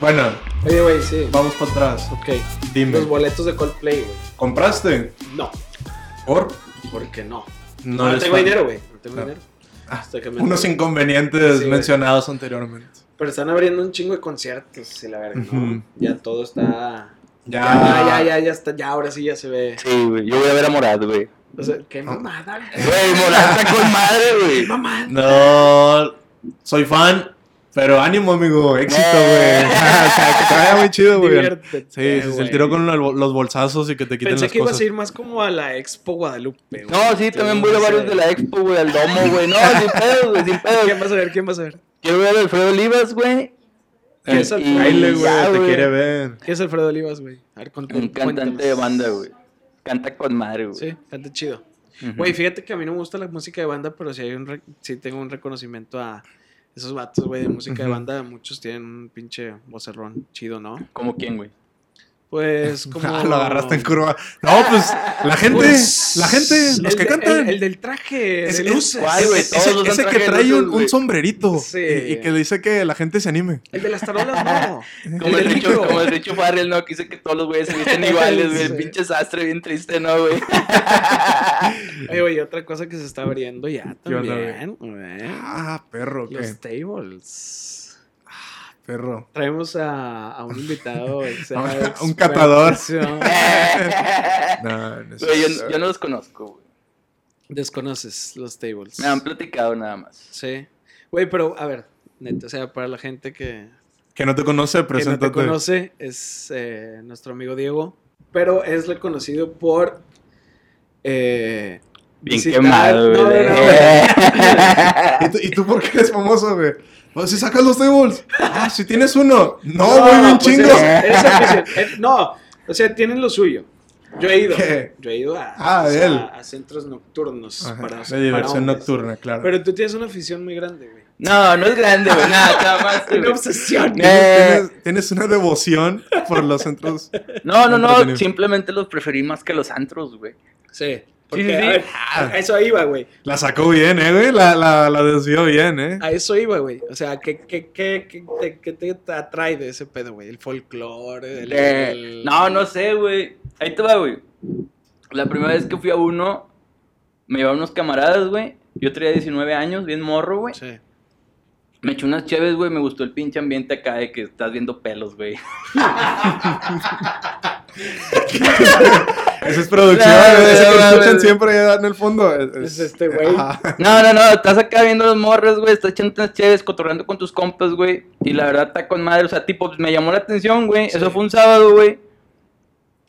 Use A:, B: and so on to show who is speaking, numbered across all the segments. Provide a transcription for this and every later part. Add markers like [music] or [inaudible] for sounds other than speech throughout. A: Bueno,
B: Oye, güey, sí.
A: vamos para atrás.
B: Ok.
A: Dime.
B: Los boletos de Coldplay, güey.
A: ¿Compraste?
B: No,
A: ¿Por?
B: porque no.
A: No,
B: No,
A: eres
B: Ah, tengo
A: fan.
B: dinero, güey. No tengo
A: Ah.
B: dinero.
A: Ah,
B: Hasta que me-
A: Unos inconvenientes
B: Sí, güey.
A: mencionados anteriormente.
B: Pero están abriendo un chingo de conciertos, y la verdad, ¿no?
A: Ujú. Ah.
B: Ya todo está.
A: Ya.
B: Ya, ya, ya, ya está. Ya, ahora sí ya se ve.
C: Sí, güey. Yo voy a ver a Morad, güey.
B: O sea, qué mamada, güey.
C: Güey, Morad está con madre, güey.
B: Mamada.
A: No, soy fan, pero ánimo, amigo. Éxito, güey. [laughs] o sea, que te vaya muy chido, güey.
B: Eh. Diviértete,
A: Sí, sí, sí, el
B: güey.
A: tiro con lo- los bolsazos y que te quiten
B: Pensé
A: las
B: que
A: cosas.
B: ibas a ir más como a la Expo Guadalupe, güey.
C: No, sí, también
B: Entonces,
C: voy a
B: no
C: varios
B: sé.
C: de la expo, güey, al domo, güey. No, sin pedos, güey, sin pedos.
B: ¿Quién vas a ver? ¿Quién vas a ver?
C: Quiero ver a Alfredo Olivas, güey.
A: Eh,
B: Es al-
C: y-
A: Dale, güey,
C: ya,
A: te quiere ver.
B: ¿Quién es Alfredo Olivas, güey? A ver, cuént-
C: Un cantante
B: cuéntanos.
C: este de banda, güey. Canta con madre, güey.
B: Sí, canta chido.
C: Ujú.
B: Güey, fíjate que a mí no me gusta la música de banda, pero sí, hay un re- sí tengo un reconocimiento a esos vatos, güey, de música de
A: Ujú.
B: banda. Muchos tienen un pinche vocerrón chido, ¿no?
C: ¿Cómo quién, güey?
A: [laughs]
B: Pues como...
A: Ah, lo agarraste en curva. No, pues la gente,
B: Pues,
A: la gente, los
B: el
A: que
B: de-
A: cantan.
B: El, el del traje,
A: Es-
B: de
A: es-
B: luces.
C: ¿Cuál, güey?
A: ese
C: Todos
A: ese-
C: usan
A: ese que
C: traje de
A: trae
C: luces,
A: un, un
C: güey.
A: sombrerito
B: Sí.
A: y, y que dice que la gente se anime.
B: El de las tarolas,
A: [laughs]
B: no.
C: Como
B: El
C: el,
B: del
C: Richo,
B: micro.
C: como el Richo Farrell, ¿no? Que dice que todos los güeyes se visten iguales, güey.
B: Sí.
C: El pinche sastre bien triste, ¿no,
B: [laughs]
C: güey? [laughs]
B: Oye, güey, otra cosa que se está abriendo ya
A: ¿Qué onda,
B: también. güey.
A: Ah, perro, qué
B: Los tables.
A: perro.
B: Traemos a, a un invitado. que
A: [laughs]
B: sea
A: A un
B: experto,
A: catador.
B: sí, ¿no?
A: [laughs] No, no es-
C: Güey, yo, yo no los conozco, güey.
B: Desconoces los tables.
C: Me han platicado nada más.
B: Sí. Güey, pero a ver, neta, o sea, para la gente que,
A: Que no te conoce,
B: que no
A: preséntate.
B: te conoce, es eh, nuestro amigo Diego. Pero es reconocido por. eh,
C: Bien
B: visitar-
C: quemado,
B: No, no,
C: güey.
B: no,
A: ¿Y tú, y tú por qué eres famoso, güey? Pues si sacas los tables. Ah, si tienes uno. No,
B: No,
A: voy bien
B: pues
A: chingo.
B: eres- eres aficio- eh, no, o sea, tienen lo suyo. Yo he ido.
A: ¿Qué?
B: Yo he ido a,
A: Ah,
B: o sea,
A: él.
B: a centros nocturnos.
A: Ajá,
B: para-
A: de diversión
B: para hombres.
A: nocturna, claro.
B: Pero tú tienes una afición muy grande, güey.
C: No, no es grande, güey. Nada,
B: [laughs]
C: nada más. güey.
B: Una obsesión.
C: Eh,
A: Tienes, tienes una devoción por los centros.
C: No, no,
A: Entretenido.
C: no. Simplemente los preferí más que los antros, güey.
B: Sí.
C: Sí, sí,
B: Porque,
C: sí.
B: a ver,
A: Ah.
B: a eso iba, güey.
A: La sacó bien, eh, güey. La, la, la desvió bien, eh.
B: A eso iba, güey. O sea, ¿qué, qué, qué, qué te, qué te atrae de ese pedo, güey? El folclore, el,
C: Eh,
B: el-
C: No, no sé, güey. Ahí te va, güey. La primera vez que fui a uno, me llevaron unos camaradas, güey. Yo tenía 19 años, bien morro, güey.
B: Sí.
C: Me eché unas chéves, güey. Me gustó el pinche ambiente acá de que estás viendo pelos, güey.
A: Esa es producción,
C: Claro,
A: güey, esa que
C: claro,
A: escuchan
C: claro.
A: siempre allá en el fondo. Es,
B: Es este güey.
A: Pues, Ajá.
C: No, no, no. Estás acá viendo los morros, güey. Estás echando unas chéves, cotorreando con tus compas, güey. Y la verdad está con madre. O sea, tipo, pues, me llamó la atención, güey.
B: Sí.
C: Eso fue un sábado, güey.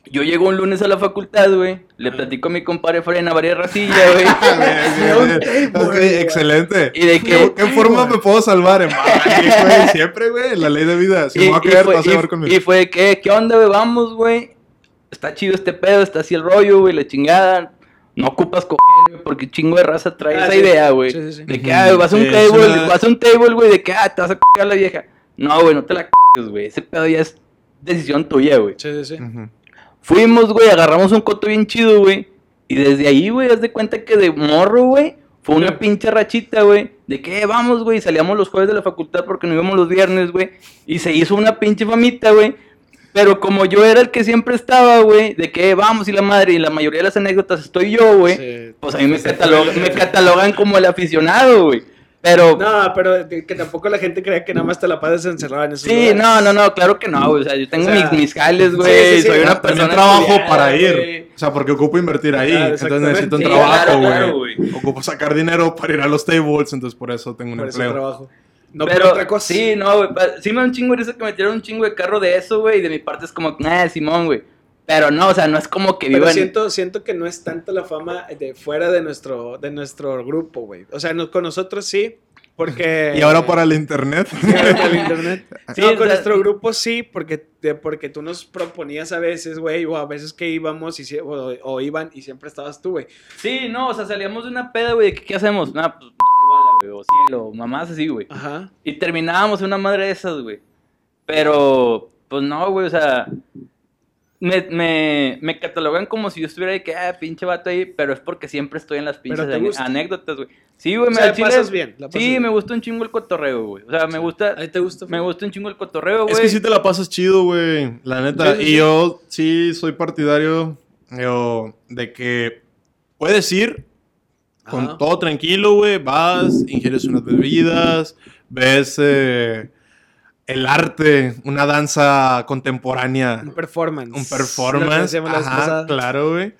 C: Yo llego un lunes a la facultad, güey. Le
B: Ah.
C: platico a mi compadre Frena, varias racillas,
A: [laughs]
B: [laughs]
C: güey.
A: Bien, bien, bien.
B: table,
A: Ok,
B: güey.
A: excelente.
C: y de
A: ¿Qué,
C: que...
A: qué forma me puedo salvar,
C: [laughs]
A: hermano? Aquí, güey, Siempre, güey, la ley de vida. Si
C: y,
A: me voy a
C: y
A: quedar, te
C: fue,
A: vas a
C: y-
A: llevar conmigo.
C: y fue de que, "Eh, ¿qué onda, güey? Vamos, güey. Está chido este pedo, está así el rollo, güey, la chingada. No ocupas coger, güey, porque chingo de raza trae
B: Ah,
C: esa
B: sí.
C: idea, güey.
B: Sí, sí, sí.
C: De que, ah, vas a un
A: Sí, es
C: table,
A: una-
C: vas a un table, güey, de que, ah, te vas a coger a la vieja. No, güey, no te la coges, güey. Ese pedo ya es decisión tuya, güey.
B: Sí, sí, sí.
A: Ujú.
C: Fuimos, güey, agarramos un coto bien chido, güey. Y desde ahí, güey, haz de cuenta que de morro, güey, fue una
B: Sí.
C: pinche rachita, güey. De que eh, vamos, güey, salíamos los jueves de la facultad porque nos íbamos los viernes, güey. Y se hizo una pinche famita, güey. Pero como yo era el que siempre estaba, güey, de que eh, vamos y la madre, y la mayoría de las anécdotas estoy yo, güey.
B: Sí.
C: Pues a mí me, cataloga- me catalogan como el aficionado, güey. Pero...
B: No, pero de- que tampoco la gente crea que nada más te la pasas encerrada en esos
C: Sí,
B: lugares.
C: no, no, no, claro que no, güey. O sea, yo tengo
B: O sea,
C: mis, mis jales,
B: sí,
C: güey.
B: sí, sí,
C: soy
B: no,
C: una
A: También
C: persona
A: trabajo
C: estudiada,
A: para ir.
C: güey.
A: O sea, porque ocupo invertir ahí.
B: Claro,
A: entonces necesito un
C: exactamente. Sí,
A: trabajo,
C: claro,
A: güey.
C: claro, güey.
A: ocupo sacar dinero para ir a los tables, entonces por eso tengo un
B: Por ese
A: empleo.
B: trabajo. No
C: pero,
B: por otra cosa.
C: Sí, no, güey. pa- Sí me da un chingo de risa que me tiraron un chingo de carro de eso, güey. Y de mi parte es como, nah, Simón, güey. Pero no, o sea, no es como que
B: Pero
C: vivan.
B: siento, siento que no es tanto la fama de fuera de nuestro, de nuestro grupo, güey. O sea, no- con nosotros sí, porque...
A: Y ahora para el internet. [laughs]
B: Sí, ahora por el internet.
C: Sí,
B: Ah, No,
C: o
B: con
C: sea-
B: nuestro grupo sí, porque, de- porque tú nos proponías a veces, güey, o a veces que íbamos y, si- o, o iban y siempre estabas tú, güey.
C: Sí, no, o sea, salíamos de una peda, güey. de que, ¿Qué, hacemos? Nah, pues, igual, güey. O cielo, mamás así, güey.
B: Ajá.
C: Y terminábamos en una madre de esas, güey. Pero, pues no, güey, o sea. me, me, me catalogan como si yo estuviera de que, ah, pinche vato ahí, pero es porque siempre estoy en las pinches
B: te
C: ane-
B: gusta.
C: anécdotas, güey. Sí, güey,
B: O
C: me
B: sea,
C: al Pues chile-
B: pasas bien, la pasas
C: Sí,
B: bien.
C: me gusta un chingo el cotorreo, güey. O sea, me gusta,
B: ¿A ti te gusta?
C: me gusta un chingo el cotorreo, güey.
A: Es que sí te la pasas chido, güey. La neta.
B: Sí, sí,
A: y
B: sí.
A: yo sí soy partidario yo, de que puedes ir con
B: Ajá.
A: todo tranquilo, güey. Vas, ingieres unas bebidas, ves eh, el arte, una danza contemporánea,
B: Un performance.
A: un
B: Lo que
A: performance.
B: decíamos la vez
A: Ajá,
B: pasada.
A: claro, güey.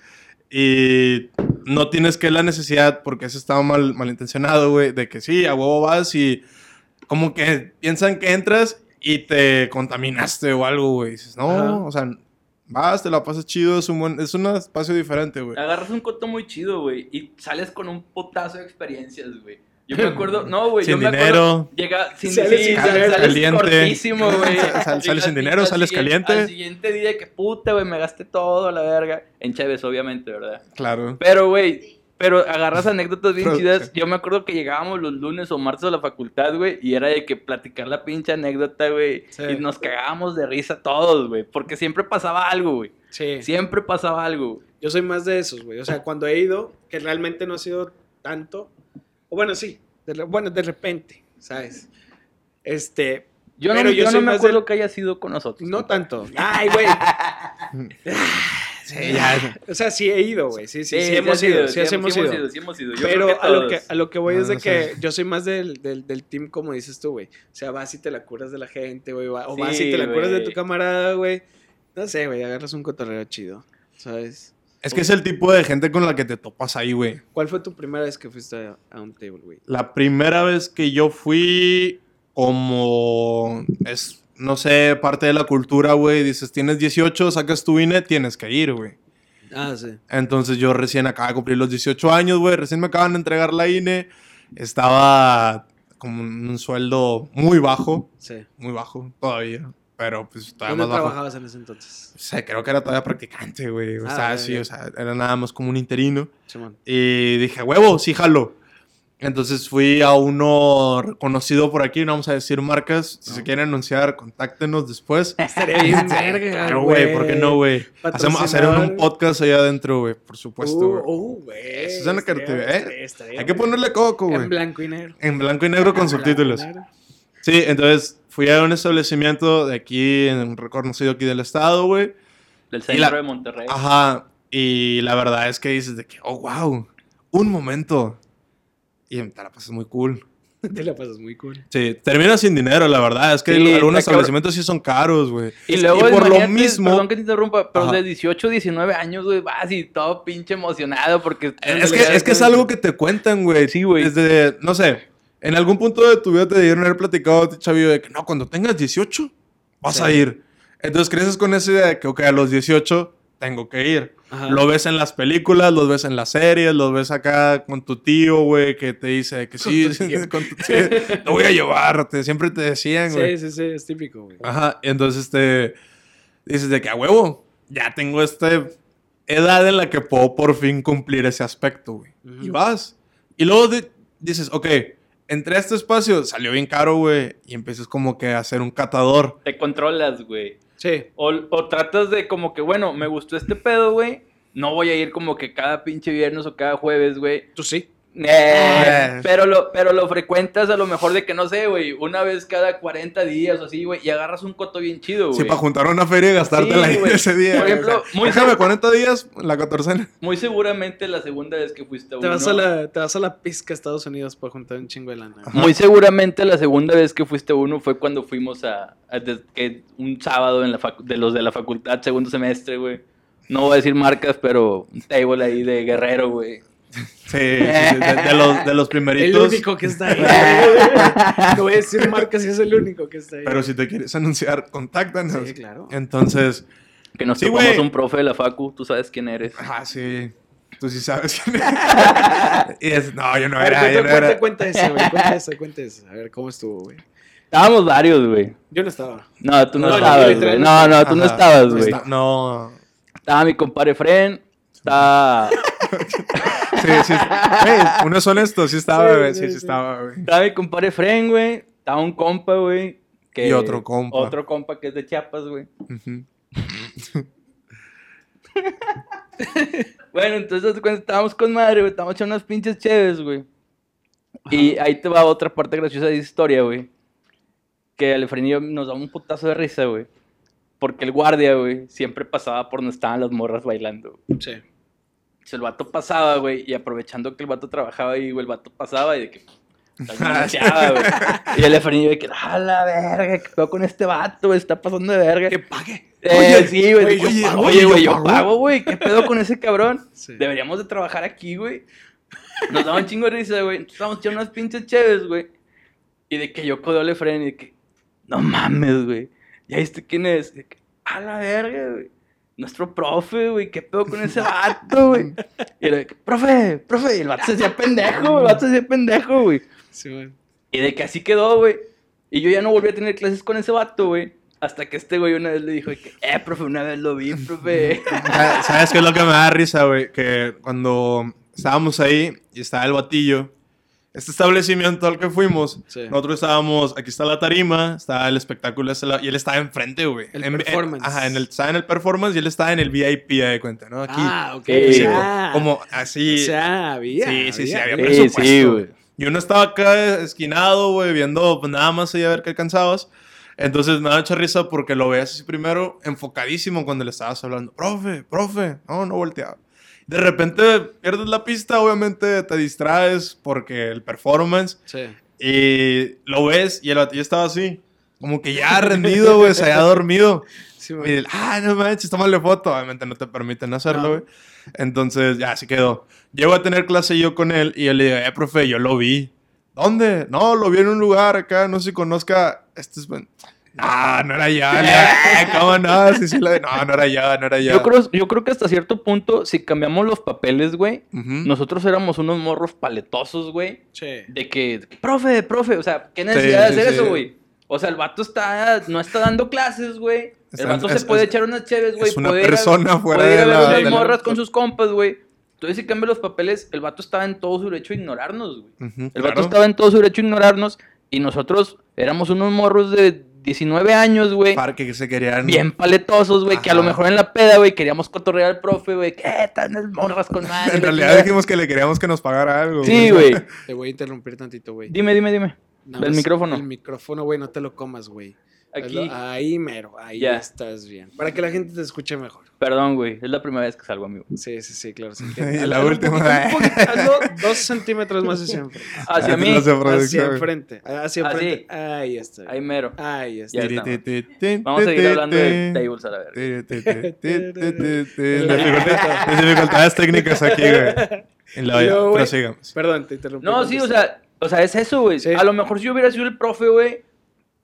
A: Y no tienes que la necesidad, porque eso estaba mal, malintencionado, güey, de que sí, a huevo vas y como que piensan que entras y te contaminaste o algo, güey. Y Dices, no,
B: Ajá.
A: o sea, vas, te la pasas chido, es un, buen- es un espacio diferente, güey.
B: Ah,
C: Agarras un coto muy chido, güey, y sales con un potazo de experiencias, güey.
B: [laughs]
C: Yo me acuerdo, no, güey, yo
A: Sin
C: me
A: dinero.
C: acuerdo. Llega sin,
B: Sales
C: sí,
B: sin
C: sal-
B: dinero.
C: sales
A: Caliente.
C: cortísimo,
A: [laughs]
C: güey.
A: Sal- sales
C: Llegas
A: sin
C: y
A: dinero,
C: al
A: sales
C: siguiente-
A: caliente.
C: Al siguiente día que puta, güey, me gasté todo a la verga. En Chávez, obviamente, ¿verdad?
A: Claro.
C: Pero, güey, pero agarras anécdotas bien
A: Pero-
C: chidas. Yo me acuerdo que llegábamos los lunes o martes a la facultad, güey, y era de que platicar la pinche anécdota, güey.
B: Sí.
C: Y nos cagábamos de risa todos, güey, porque siempre pasaba algo, güey.
B: Sí.
C: Siempre pasaba algo. güey.
B: Yo soy más de esos, güey. O sea, cuando he ido, que realmente no ha sido tanto. O bueno, sí. de re- bueno, de repente, ¿sabes? Este.
C: Yo no,
B: Pero
C: me-
B: yo
C: yo no
B: soy
C: me
B: más
C: acuerdo
B: del-
C: que haya sido con nosotros.
B: No tanto. Ay, güey.
A: Sí, ya.
B: O sea, sí he ido, güey. Sí, sí, sí,
C: ha
B: hemos
C: sido,
B: ido. Sí,
C: ha-
B: hemos ido.
C: sí hemos ido. Yo creo
B: Pero
C: que
B: a lo,
C: todos.
B: que, a lo que voy
A: No,
B: es de
A: no
B: que
A: sé.
B: yo soy más del, del, del team, como dices tú, güey. O sea, vas y te la curas de la gente, güey. va- O vas y
C: Sí,
B: te la curas de
C: güey.
B: tu camarada, güey. No sé, güey. Agarras un cotorreo chido, ¿sabes?
A: Es que es el tipo de gente con la que te topas ahí, güey.
B: ¿Cuál fue tu primera vez que fuiste a, a un table, güey?
A: La primera vez que yo fui como es no sé, parte de la cultura, güey, dices, tienes 18, sacas tu INE, tienes que ir, güey.
B: Ah, sí.
A: Entonces yo recién acababa de cumplir los 18 años, güey, recién me acaban de entregar la INE, estaba como en un sueldo muy bajo,
B: Sí.
A: muy bajo todavía, pero pues estaba
B: ¿Dónde
A: más bajo.
B: trabajabas en ese entonces?
A: O sea, creo que era todavía practicante, güey, o
B: Ah,
A: sea,
B: ya,
A: sí,
B: ya.
A: o sea, era nada más como un interino.
B: Simón.
A: Y dije, huevo, sí, jalo. Entonces fui a uno reconocido por aquí, no vamos a decir marcas. Si
B: No.
A: se quieren anunciar, contáctenos después.
B: Estaría
A: [laughs]
B: bien [laughs] verga,
A: Claro, güey, ¿por qué no, güey? Hacemos hacer
B: Patrocinador.
A: un podcast allá adentro, güey, por supuesto. güey.
B: Uh, uh, güey.
A: Eso es en la
B: estaría-
A: cartera, ¿eh?
B: estaría- estaría
A: Hay que
B: bueno.
A: ponerle coco,
B: En
A: güey.
B: blanco y negro.
A: En blanco y negro con
B: En blanco y
A: subtítulos.
B: negro. [laughs]
A: Sí, entonces fui a un establecimiento de aquí, en un reconocido aquí del estado, güey.
C: Del
A: Y la-
C: centro de Monterrey.
A: Ajá. Y la verdad es que dices de que, oh, wow, un momento. Y te la pasas muy cool.
B: Te la pasas muy cool.
A: Sí, termina sin dinero, la verdad. Es que
C: Sí,
A: lo-
C: está cabrón.
A: algunos establecimientos sí son caros, güey.
C: Y luego,
A: y por lo
C: imagínate,
A: mismo,
C: Perdón que te interrumpa, pero
A: Ajá.
C: de 18, 19 años, güey, vas y todo pinche emocionado porque.
A: es que, es que es algo que te cuentan, güey.
C: Sí, güey.
A: Desde, no sé, en algún punto de tu vida te dieron haber platicado a ti, Chavillo, de que no, cuando tengas 18, vas
B: Sí.
A: a ir. Entonces creces con esa idea de que, ok, a los 18 tengo que ir.
B: Ajá.
A: Lo ves en las películas, los ves en las series, los ves acá con tu tío, güey, que te dice que sí, [laughs]
B: tu tío.
A: con tu tío, te voy a llevar, te- siempre te decían, güey.
B: Sí, sí, sí, es típico, güey.
A: Ajá, entonces este dices de que a huevo, ya tengo esta edad en la que puedo por fin cumplir ese aspecto, güey.
B: Ujú.
A: Y vas. Y luego di- dices, ok, entré a este espacio, salió bien caro, güey, y empiezas como que a ser un catador.
C: Te controlas, güey.
B: Sí.
C: O, o tratas de como que, bueno, me gustó este pedo, güey. No voy a ir como que cada pinche viernes o cada jueves, güey.
B: Tú sí.
C: Eh,
A: Eh.
C: pero, lo, pero lo frecuentas a lo mejor de que no sé, güey, una vez cada 40 días o así, güey, y agarras un coto bien chido, güey.
A: Sí, para juntar una feria y gastártela
C: Sí,
A: ahí
C: güey.
A: ese día.
C: Por
A: güey,
C: ejemplo,
A: o sea,
C: muy-
A: déjame 40 días, la catorcena. [laughs]
C: Muy seguramente la segunda vez que fuiste a
B: Te
C: uno.
B: vas, a la, te vas a la pizca a Estados Unidos para juntar un chingo de lana. güey.
C: Muy seguramente la segunda vez que fuiste a uno fue cuando fuimos a, a de- que un sábado en la facu- de los de la facultad, segundo semestre, güey. No voy a decir marcas, pero un table ahí de guerrero, güey.
A: Sí, sí, sí, de, de los, de los
B: El
A: primeritos.
B: único que está ahí. no voy a decir marcas, es el único que está ahí.
A: Pero si te quieres anunciar, contáctanos.
B: Sí, claro.
A: Entonces,
C: Que nos
A: Sí,
C: topamos
A: güey.
C: un profe de la facu, tú sabes quién eres.
A: Ah, sí. Tú sí sabes quién
B: [laughs]
A: es. Y es- no, yo no
B: A ver,
A: era,
B: cuenta,
A: yo no era.
B: cuenta, cuenta eso, güey. Cuenta eso, cuenta eso. A ver, ¿cómo estuvo, güey?
C: Estábamos varios, güey.
B: Yo no estaba.
C: No, tú no,
B: No, no,
C: estabas,
B: literal,
C: güey.
B: no
C: No, no, tú no
A: Ajá.
C: estabas, güey.
A: está- No.
C: Estaba mi compadre Fren, estaba,
A: Sí, sí. Güey, uno es honesto, sí estaba,
B: Sí,
A: güey.
B: sí,
A: Sí, sí,
B: sí.
A: estaba, güey.
C: estaba mi compadre Fren, güey. Estaba un compa, güey. que-
A: Y otro compa.
C: Otro compa que es de Chiapas, güey.
A: Ujú.
C: Bueno, entonces haz de cuenta, estábamos con madre, güey. Estábamos echando unas pinches chéves, güey. Y ahí te va otra parte graciosa de esa historia, güey. Que Alfredo y yo nos daba un putazo de risa, güey. Porque el guardia, güey, siempre pasaba por donde estaban las morras bailando.
B: Sí.
C: Entonces, el vato pasaba, güey, y aprovechando que el vato trabajaba ahí, güey, el vato pasaba y de que. las [laughs] manoseaba, güey. Y el Efraín de que, a la verga, ¿qué pedo con este vato, güey? Está pasando de verga.
B: Que pague.
C: Eh, sí, güey.
A: güey,
C: yo
A: yo
C: pago,
A: pago,
C: Oye,
A: yo
C: güey, yo
A: pago.
C: pago, güey. ¿Qué pedo con ese cabrón?
B: Sí.
C: Deberíamos de trabajar aquí, güey. [laughs] Nos daba un chingo de risa, güey. Entonces estábamos echando unas pinches chéves, güey. Y de que yo codeo el freno y de que, no mames, güey. ¿Ya viste quién es? Y de que, a la verga, güey. Nuestro profe, güey. ¿Qué pedo con ese vato, güey? Y era de que, profe, profe. Y el vato se hacía pendejo, güey. El vato se hacía pendejo, güey.
B: Sí, güey.
C: Y de que así quedó, güey. Y yo ya no volví a tener clases con ese vato, güey. Hasta que este güey una vez le dijo de que, eh, profe, una vez lo vi, profe.
A: Ah, ¿Sabes qué es lo que me da risa, güey? Que cuando estábamos ahí y estaba el batillo, este establecimiento al que fuimos,
B: Sí.
A: nosotros estábamos, aquí está la tarima, está el espectáculo, ese lado, y él estaba enfrente, güey.
B: El
A: En- en-
B: performance.
A: ajá, en el, estaba en el performance y él estaba en el VIP, ya de cuenta, ¿no? Aquí.
B: Ah, ok.
C: Sí,
B: o
A: Sí,
C: güey.
B: sea,
A: Como así.
B: o sea, había.
A: sí, sí, sí, había
B: güey.
A: presupuesto. Y uno estaba acá esquinado, güey, viendo pues, nada más ahí a ver qué alcanzabas. Entonces me da mucha risa porque lo veas así primero enfocadísimo cuando le estabas hablando. Profe, profe. No, no volteaba. De repente pierdes la pista, obviamente te distraes porque el performance.
B: Sí.
A: Y lo ves y el batillo estaba así. Como que [laughs] ya rendido, güey, se había dormido.
B: Sí,
A: Y
B: güey.
A: el, ah, no manches, tómale foto. Obviamente no te permiten hacerlo,
B: No.
A: güey. Entonces, ya, así quedó. Llego a tener clase yo con él y yo le digo, eh, profe, yo lo vi. ¿Dónde? No, lo vi en un lugar acá, no sé si conozca. Este es... buen- Ah, no era ya. le digo, "Eh, ¿Cómo no? Sí, sí, la- No, no era ya, no era ya.
C: Yo creo, yo creo que hasta cierto punto, si cambiamos los papeles, güey,
A: Ujú.
C: nosotros éramos unos morros paletosos, güey,
B: Sí.
C: de que, profe, profe, o sea, ¿qué necesidad
A: sí,
C: de hacer
A: sí.
C: eso, güey? O sea, el vato está, no está dando clases, güey. El
A: Está-
C: vato
A: es-
C: se puede
A: es-
C: echar unas chéves, güey.
A: es una
C: puede ir a-
A: persona fuera
C: puede ir a
A: de
C: ver
A: la-
C: unas
A: de la-
C: morras con sus compas, güey. Entonces, si cambia los papeles, el vato estaba en todo su derecho a ignorarnos, güey.
A: Ujú,
C: El
A: claro.
C: vato estaba en todo su derecho a ignorarnos y nosotros éramos unos morros de 19 años, güey
A: Parque que se querían.
C: bien paletosos, güey, que a
A: Ajá.
C: lo mejor en la peda, güey, queríamos cotorrear al profe, güey, que eh, están las morras con madre.
A: En
C: la
A: realidad
C: chingada".
A: dijimos que le queríamos que nos pagara algo.
C: Sí, güey.
B: Te voy a interrumpir tantito, güey.
C: Dime, dime, dime.
B: Nada
C: del
B: más,
C: micrófono.
B: El micrófono, güey, no te lo comas, güey.
C: Aquí.
B: Ahí mero, ahí
C: Ya.
B: estás bien. Para que la gente te escuche mejor.
C: Perdón, güey, es la primera vez que salgo, amigo.
B: Sí, sí, sí, claro.
A: [laughs]
B: sí.
A: Y la
B: Hazlo un
A: última.
B: poquito, un poquito, hazlo dos centímetros más hacia enfrente.
C: Hacia
A: Ah,
C: mí.
A: no se
B: Hacia
A: producción.
B: enfrente. Hacia
C: Así.
B: enfrente. Ahí está.
C: Ah, Ahí mero.
B: Ahí está.
C: Ya.
A: Tiri,
C: estamos.
A: ti, ti, ti,
C: Vamos a seguir
A: ti,
C: hablando de
A: ti.
C: tables a la verga.
A: Las
B: [laughs]
A: dificultades las dificultades técnicas aquí, güey. En la
B: Yo,
A: olla,
B: güey.
A: pero sigamos.
B: Perdón, te interrumpí.
C: No, sí, o sea, o sea, es eso, güey.
B: Sí.
C: A lo mejor si yo hubiera sido el profe, güey,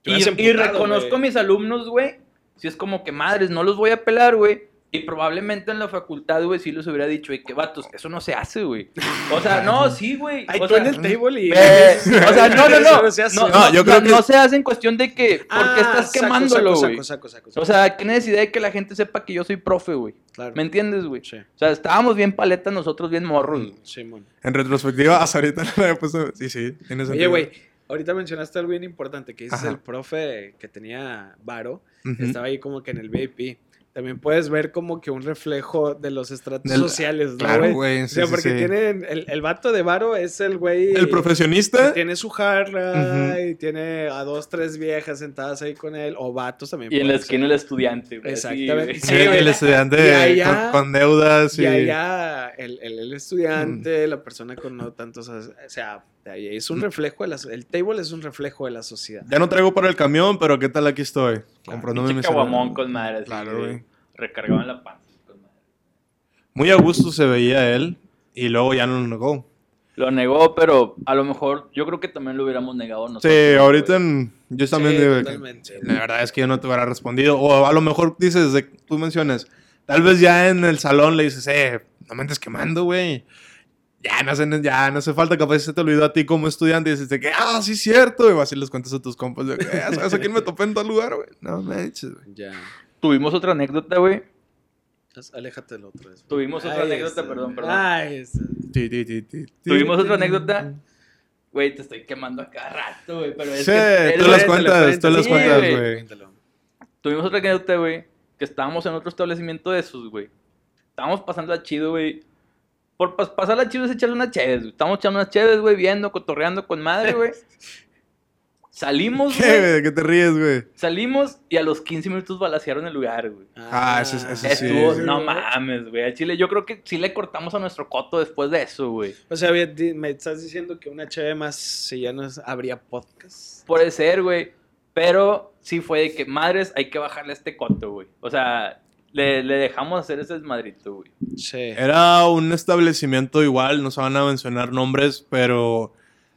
B: Te
C: y,
B: hubieras
C: y
B: emputado,
C: reconozco a
B: güey.
C: mis alumnos, güey, si es como que madres, no los voy a pelar, güey. Y probablemente en la facultad, güey, sí les hubiera dicho, güey, que vatos, eso no se hace, güey. O sea, no, sí, güey.
B: Ahí
C: o
B: tú
C: sea,
B: en el table y. [laughs]
C: Eh, o sea, no, no, no.
B: Eso se hace.
C: No,
A: No,
C: no,
A: yo
C: no,
A: creo que-
C: no se hace en cuestión de que. ¿Por
B: Ah,
C: qué estás
B: saco,
C: quemándolo,
B: saco,
C: güey?
B: saco, saco, saco,
C: O sea, ¿qué necesidad de que la gente sepa que yo soy profe, güey?
B: claro.
C: ¿Me entiendes, güey?
B: Sí,
C: O sea, estábamos bien paletas, nosotros bien morros. güey.
B: Simón.
A: En retrospectiva, hasta ahorita no le he puesto. Sí, sí, tiene
B: Oye,
A: sentido.
B: güey, ahorita mencionaste algo bien importante, que dices
A: Ajá.
B: el profe que tenía varo,
A: Ujú.
B: estaba ahí como que en el VIP. También puedes ver como que un reflejo de los estratos
A: Del-
B: sociales, ¿no,
A: Claro, güey.
B: O
A: sí,
B: sea,
A: sí,
B: porque
A: sí.
B: tienen, el, el vato de varo es el güey...
A: El
B: que
A: profesionista.
B: tiene su jarra
A: Ujú.
B: y tiene a dos, tres viejas sentadas ahí con él, o vatos también.
C: Y en la
B: puede ser.
C: esquina el estudiante, güey. así,
B: Exactamente.
C: güey. [laughs]
A: sí,
B: Sí, güey.
A: el
B: Y
A: estudiante
B: allá-
A: con, con deudas y.
B: Y allá el, el- el estudiante, la persona con no tantos... O sea, ahí es un reflejo, de la so- el table es un reflejo de la sociedad.
A: Ya no traigo para el camión, pero ¿qué tal aquí estoy? Comprándome
C: Pinche
A: mi
C: caguamón
A: celular.
C: con madre. así,
A: Claro, güey.
C: Recargaban la panza. con madre.
A: Muy a gusto se veía él y luego ya no lo negó.
C: Lo negó, pero a lo mejor yo creo que también lo hubiéramos negado nosotros.
A: Sí, ahorita
C: güey.
A: en- yo también
B: Sí,
A: digo que-
B: totalmente.
A: La verdad es que yo no te hubiera respondido. O a lo mejor dices, de- tú mencionas, tal vez ya en el salón le dices, eh, no me andes quemando, güey. Ya no, hace, ya no hace falta, capaz se te olvidó a ti como estudiante y dices, de que, ah, sí, cierto. Y así les cuentas a tus compas, de que, "Ah, ¿sabes a quién me topé en tal lugar, güey? No manches, güey.
B: Ya.
C: Tuvimos otra anécdota, güey.
B: Entonces, aléjate del otro. después. este,
C: Tuvimos otra
B: Ahí
C: anécdota,
B: está.
C: perdón, perdón.
B: Ahí está.
A: Ti, ti, ti, ti, ti.
C: Tuvimos otra anécdota. Güey, te estoy quemando a cada rato, güey. Pero es
A: Sí,
C: que
A: tú
C: eres-
A: las cuentas,
B: cuéntalo,
A: tú las
C: sí,
A: cuentas,
C: güey.
A: güey.
C: Tuvimos otra anécdota, güey, que estábamos en otro establecimiento de esos, güey. estábamos pasándola chido, güey. Por pas- pasarla chido es echarle unas chéves, güey. Estábamos echando unas chéves, güey, viendo, cotorreando con
A: [laughs]
C: madre, güey. Salimos,
A: ¿Qué, güey?
C: güey.
A: ¿De qué te ríes, güey?
C: Salimos y a los 15 minutos balacearon el lugar, güey.
A: Ah, eso es- eso sí.
C: Estuvo,
A: sí,
C: no mames, güey. Al Chile, yo creo que sí le cortamos a nuestro coto después de eso, güey.
B: O sea, bien, di- me estás diciendo que una cheve más si ya no es- habría podcast.
C: Puede ser, güey. Pero sí fue de que, madres, hay que bajarle a este coto, güey. O sea, le, le dejamos hacer ese desmadrito, güey.
B: Sí.
A: Era un establecimiento igual, no se van a mencionar nombres, pero